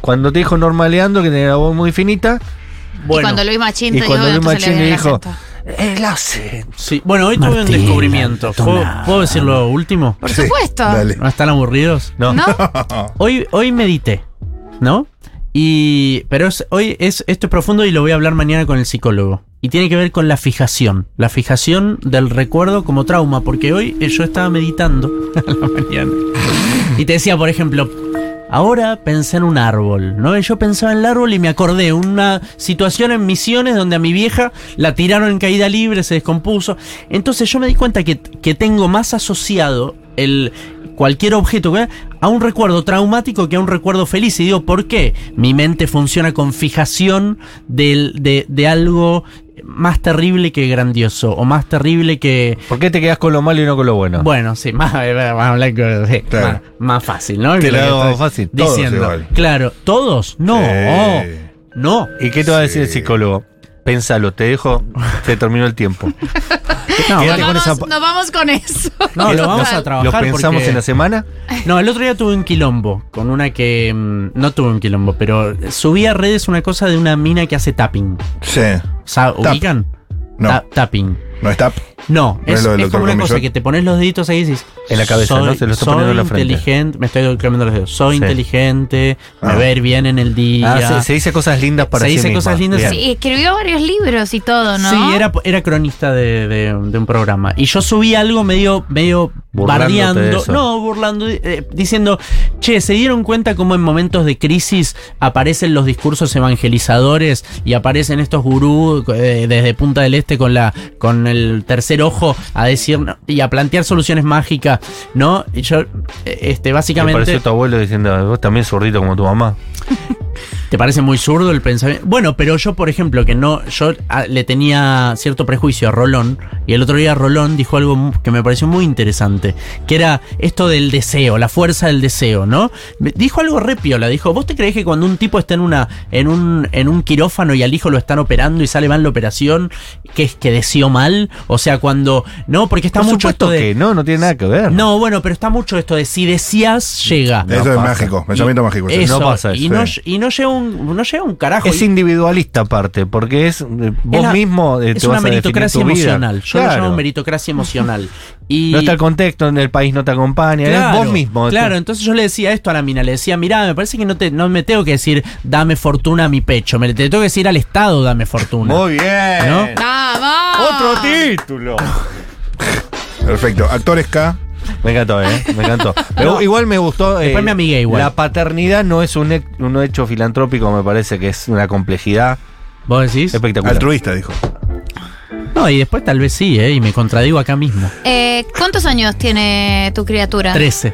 S1: Cuando te dijo Norma Leandro que tenía la voz muy finita.
S4: y cuando Luis Machín
S1: Y
S4: te dijo
S1: cuando
S4: que
S1: Luis
S4: no se
S1: Machín
S4: le
S1: le
S4: veía el
S1: dijo,
S4: acento.
S1: el hace.
S2: Sí. Bueno, hoy tuve un
S6: Martín,
S2: descubrimiento. ¿Puedo,
S6: Antonella.
S2: puedo decir lo último?
S4: Por supuesto.
S3: Dale.
S2: ¿No están aburridos?
S1: No.
S4: ¿No?
S2: Hoy, hoy medité, ¿no? Y... Pero es- hoy es, esto es profundo y lo voy a hablar mañana con el psicólogo. Y tiene que ver con la fijación. La fijación del recuerdo como trauma. Porque hoy eh, yo estaba meditando a la mañana. Y te decía, por ejemplo, ahora pensé en un árbol, ¿no? Y yo pensaba en el árbol y me acordé una situación en Misiones donde a mi vieja la tiraron en caída libre, se descompuso. Entonces yo me di cuenta que, que tengo más asociado el cualquier objeto, que- a un recuerdo traumático que a un recuerdo feliz. Y digo, ¿por qué? Mi mente funciona con fijación del- de, de algo más terrible que grandioso, o más terrible que...
S1: ¿Por qué te quedas con lo malo y no con lo bueno?
S2: Bueno, sí, más, eh, más blanco, sí,
S3: Claro.
S2: más, más fácil, ¿no?
S1: Te lo
S2: Que
S1: hago
S2: estás
S1: fácil,
S3: todos
S2: Diciendo,
S3: igual.
S2: claro, ¿todos? No,
S3: Sí.
S2: oh,
S3: Eh,
S2: no.
S1: ¿Y qué te va a decir el
S3: Sí.
S1: psicólogo? Pensalo, te dejo, se terminó el tiempo.
S2: No,
S1: Quédate con
S4: Nos vamos,
S1: esa pa-
S4: nos vamos con eso.
S2: No, lo vamos a
S1: ¿Lo
S2: trabajar
S1: pensamos
S2: porque-
S1: en la semana?
S2: No, el otro día tuve un quilombo con una que. mm, No tuve un quilombo, pero subí a redes una cosa de una mina que hace tapping.
S3: Sí.
S2: O sea, ¿ubican?
S3: No.
S2: Ta- tapping.
S3: No está.
S2: No,
S3: ¿No
S2: es,
S3: es lo del
S2: es
S3: doctor
S2: como una cosa
S3: Comillot?
S2: que te pones los deditos ahí y dices.
S1: En la cabeza,
S2: soy-
S1: ¿no? Se lo está
S2: soy
S1: poniendo en la frente.
S2: inteligente, me estoy quemando los dedos. Soy
S1: Sí.
S2: inteligente, me
S3: Ah.
S2: ver bien en el día.
S1: Ah, se, se dice cosas lindas para
S2: Se
S1: sí
S2: dice
S1: misma.
S2: cosas lindas,
S1: Bien.
S4: Sí, escribió varios libros y todo, ¿no?
S2: Sí, era, era cronista de, de- de un programa. Y yo subí algo medio, medio
S1: Burlándote de
S2: bardeando.
S1: eso.
S2: No, burlando, eh, diciendo, che, ¿se dieron cuenta cómo en momentos de crisis aparecen los discursos evangelizadores y aparecen estos gurús eh, desde Punta del Este con, la, con el tercer ojo a decir no, y a plantear soluciones mágicas? ¿No? Y yo, eh, este,
S1: Me
S2: básicamente.
S1: pareció tu abuelo diciendo, vos también zurdito como tu mamá.
S2: ¿Te parece muy zurdo el pensamiento? Bueno, pero yo, por ejemplo, que no, yo ah, le tenía cierto prejuicio a Rolón, y el otro día Rolón dijo algo mu- que me pareció muy interesante, que era esto del deseo, la fuerza del deseo, ¿no? Me- Dijo algo repiola, dijo, ¿vos te crees que cuando un tipo está en una, en un, en un quirófano y al hijo lo están operando y sale mal la operación, que es que deseó mal? O sea, cuando. No, porque está
S1: Por
S2: mucho
S1: supuesto
S2: esto de.
S1: que no, no tiene nada que ver.
S2: No, bueno, pero está mucho esto de si decías, llega.
S1: No
S3: eso es
S1: pasa.
S3: mágico. Pensamiento
S2: Y-
S3: mágico. sí.
S2: Eso,
S1: No pasa
S2: y
S1: eso, eh.
S2: no,
S3: sí.
S2: y no llega un, no llega un carajo.
S1: Es
S2: Y-
S1: individualista aparte, porque es eh, vos
S2: la-
S1: mismo eh,
S2: es
S1: te
S2: una
S1: vas a definir
S2: meritocracia
S1: tu vida.
S2: emocional. Yo
S1: Claro.
S2: lo llamo meritocracia emocional. Y
S1: No está el contexto, en el país no te acompaña,
S2: Claro,
S1: es vos mismo. eh,
S2: Claro, entonces yo le decía esto a la mina, le decía, mirá, me parece que no te, no me tengo que decir dame fortuna a mi pecho, me te tengo que decir al Estado dame fortuna.
S1: Muy bien.
S2: ¿No?
S4: ¡Vamos!
S1: Otro título.
S3: Perfecto. Actores K.
S1: Me encantó, ¿eh? Me encantó. Me gu- igual me gustó.
S2: Después
S1: eh,
S2: me amigué igual.
S1: La paternidad no es un, he- un hecho filantrópico, me parece que es una complejidad
S2: ¿Vos decís?
S1: espectacular.
S3: Altruista, dijo.
S2: No, y después tal vez sí, ¿eh? y me contradigo acá mismo.
S4: Eh, ¿Cuántos años tiene tu criatura?
S2: 13.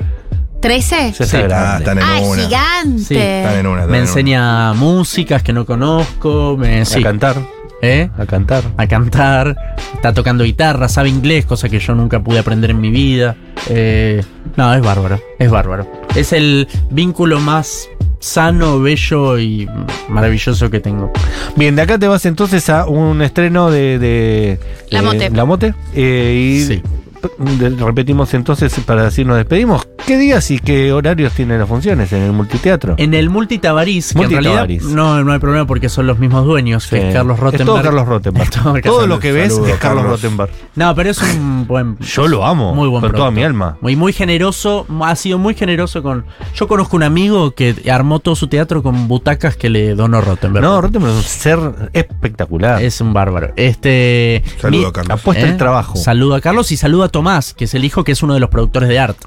S4: ¿Trece?
S1: Ya está
S2: Sí.
S3: Ah,
S1: grande.
S3: están en
S4: Ah, es
S3: una.
S4: gigante.
S2: Sí, está
S3: Están en una. están
S2: Me
S3: en
S2: enseña músicas que no conozco, me
S1: A
S2: sí,
S1: cantar,
S2: ¿eh?
S1: a cantar.
S2: a cantar, está tocando guitarra, sabe inglés, cosa que yo nunca pude aprender en mi vida. Eh, no, es bárbaro, es bárbaro. Es el vínculo más sano, bello y maravilloso que tengo.
S1: Bien, de acá te vas entonces a un estreno de. de
S4: La
S1: eh,
S4: Mote.
S1: La Mote. Eh, y
S2: Sí.
S1: p- de- repetimos entonces para decir nos despedimos. ¿Qué días y qué horarios tienen las funciones en el multiteatro?
S2: En el Multitabarís, que en realidad
S1: Multitabariz.
S2: no, no hay problema porque son los mismos dueños, que
S1: Sí.
S2: es Carlos Rottenberg.
S1: Es todo Carlos Rottenberg.
S2: Es todo Carlos
S1: todo lo que ves
S3: Saludos,
S1: es Carlos,
S3: Carlos.
S1: Rottenberg.
S2: No, pero es un buen.
S1: Yo lo amo,
S2: Muy buen
S1: con toda
S2: producto.
S1: mi alma.
S2: Muy, muy generoso. Ha sido muy generoso con. Yo conozco un amigo que armó todo su teatro con butacas que le donó Rottenberg.
S1: No, Rottenberg es un ser espectacular.
S2: Es un bárbaro. Este.
S3: Saludo,
S2: mi-
S3: Carlos.
S1: Apuesta
S2: Ah. ¿eh?
S1: el trabajo.
S2: Saludo a Carlos y saludo a Tomás, que es el hijo que es uno de los productores de arte.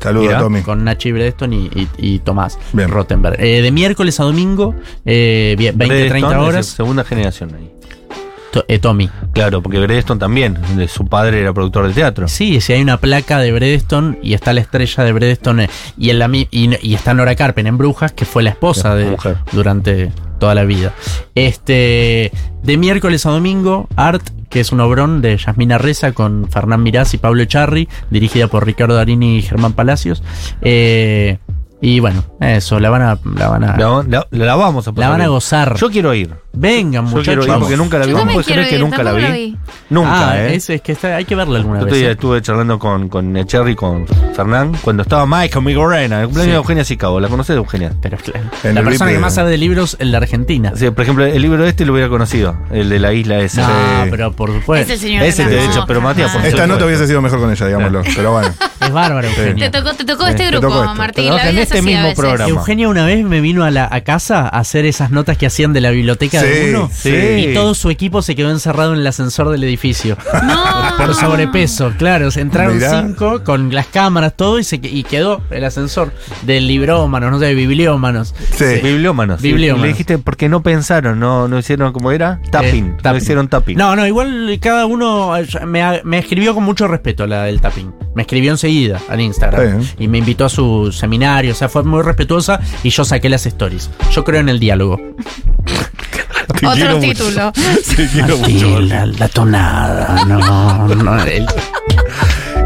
S3: Saludo,
S1: Mira,
S3: Tommy.
S2: Con Nachi Bredeston y, y- y Tomás
S3: Bien.
S2: Rottenberg. Eh, de miércoles a domingo, eh, bien, 20,
S1: Bredestone
S2: 30
S1: es de
S2: horas.
S1: Segunda generación ahí.
S2: To- eh, Tommy.
S1: Claro, porque Bredeston también, de su padre era productor de teatro.
S2: Sí, si hay una placa de Bredeston y está la estrella de Bredeston eh, y, en la, mi- y, y está Nora Carpen en Brujas, que fue la esposa
S1: La
S2: de
S1: mujer.
S2: durante toda la vida. Este, de miércoles a domingo, Art, que es un obrón de Yasmina Reza con Fernán Mirás y Pablo Charri, dirigida por Ricardo Darini y Germán Palacios. Eh, y bueno, eso, la van a, la van a, la,
S1: La, la- la vamos a pasar.
S2: Ah. van a
S1: bien.
S2: gozar.
S1: Yo quiero ir.
S2: Vengan,
S1: Yo quiero
S2: muchachos.
S1: ir porque nunca la vi.
S4: Yo
S1: Vos
S4: también
S1: podés
S4: quiero
S1: creer que
S4: ir,
S1: nunca la vi.
S4: tampoco la vi.
S1: Nunca,
S2: Ah,
S1: ¿eh?
S2: es, es que está- hay que verla alguna
S1: Yo
S2: vez. ¿eh?
S1: estuve charlando con, con Cherry, con Fernán, cuando estaba Mike, con Migorena, el cumpleaños
S2: Sí.
S1: de Eugenia Sicabo. ¿La conoces de Eugenia?
S2: Pero claro,
S3: En
S2: la
S3: el
S2: persona que
S3: VIP,
S2: más sabe de libros en la Argentina.
S1: Sí, por ejemplo, el libro este lo hubiera conocido, el de la isla esa. Eh,
S2: No,
S3: Sí.
S2: Ah, pero por
S4: Es
S2: supuesto.
S4: el
S2: Es,
S4: señor
S1: Ese
S4: de la Ah,
S1: de hecho,
S4: mosca,
S1: pero Matías,
S4: man.
S1: por
S3: Esta nota
S1: supuesto.
S3: hubiese sido mejor con ella, digámoslo. Pero bueno.
S2: bárbaro,
S4: Te
S2: Eugenia.
S4: tocó, te tocó este
S3: Te
S4: grupo,
S3: tocó este.
S4: Martín.
S1: Te
S4: la
S1: tocó en
S4: vida es
S1: este
S4: así
S1: mismo
S4: a veces.
S1: programa.
S2: Eugenia una vez me vino a, la, a casa a hacer esas notas que hacían de la biblioteca de
S3: Sí,
S2: uno
S1: sí.
S2: y todo su equipo se quedó encerrado en el ascensor del edificio.
S4: No.
S2: Por sobrepeso, claro. se Entraron
S3: Mirá.
S2: cinco con las cámaras, todo, y, se, que- y quedó el ascensor del librómanos, no sé, de bibliómanos.
S3: Sí.
S1: Bibliómanos. sí.
S2: Bibliómanos.
S1: Y Le dijiste, porque no pensaron, no, no hicieron como era? Tapping.
S2: Eh,
S1: No hicieron tapping.
S2: No, no, igual cada uno eh, me, me escribió con mucho respeto la del tapping. Me escribió enseguida al Instagram
S3: Está
S2: y me invitó a su seminario. O sea, fue muy respetuosa y yo saqué las stories. Yo creo en el diálogo.
S3: Te
S4: Otro
S3: quiero mucho.
S4: título.
S3: Te quiero
S2: Ah, Sí,
S3: mucho.
S2: la, la tonada. No, no. el-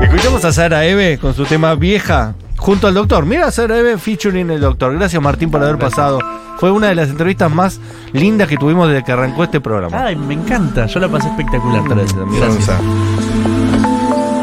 S1: Escuchamos a Sara Eve con su tema Vieja junto al doctor. Mira Sara Eve featuring el doctor. Gracias Martín por haber pasado. Fue una de las entrevistas más lindas que tuvimos desde que arrancó este programa.
S2: Ay, me encanta. Yo la pasé espectacular. Gracias.
S3: Sonsa.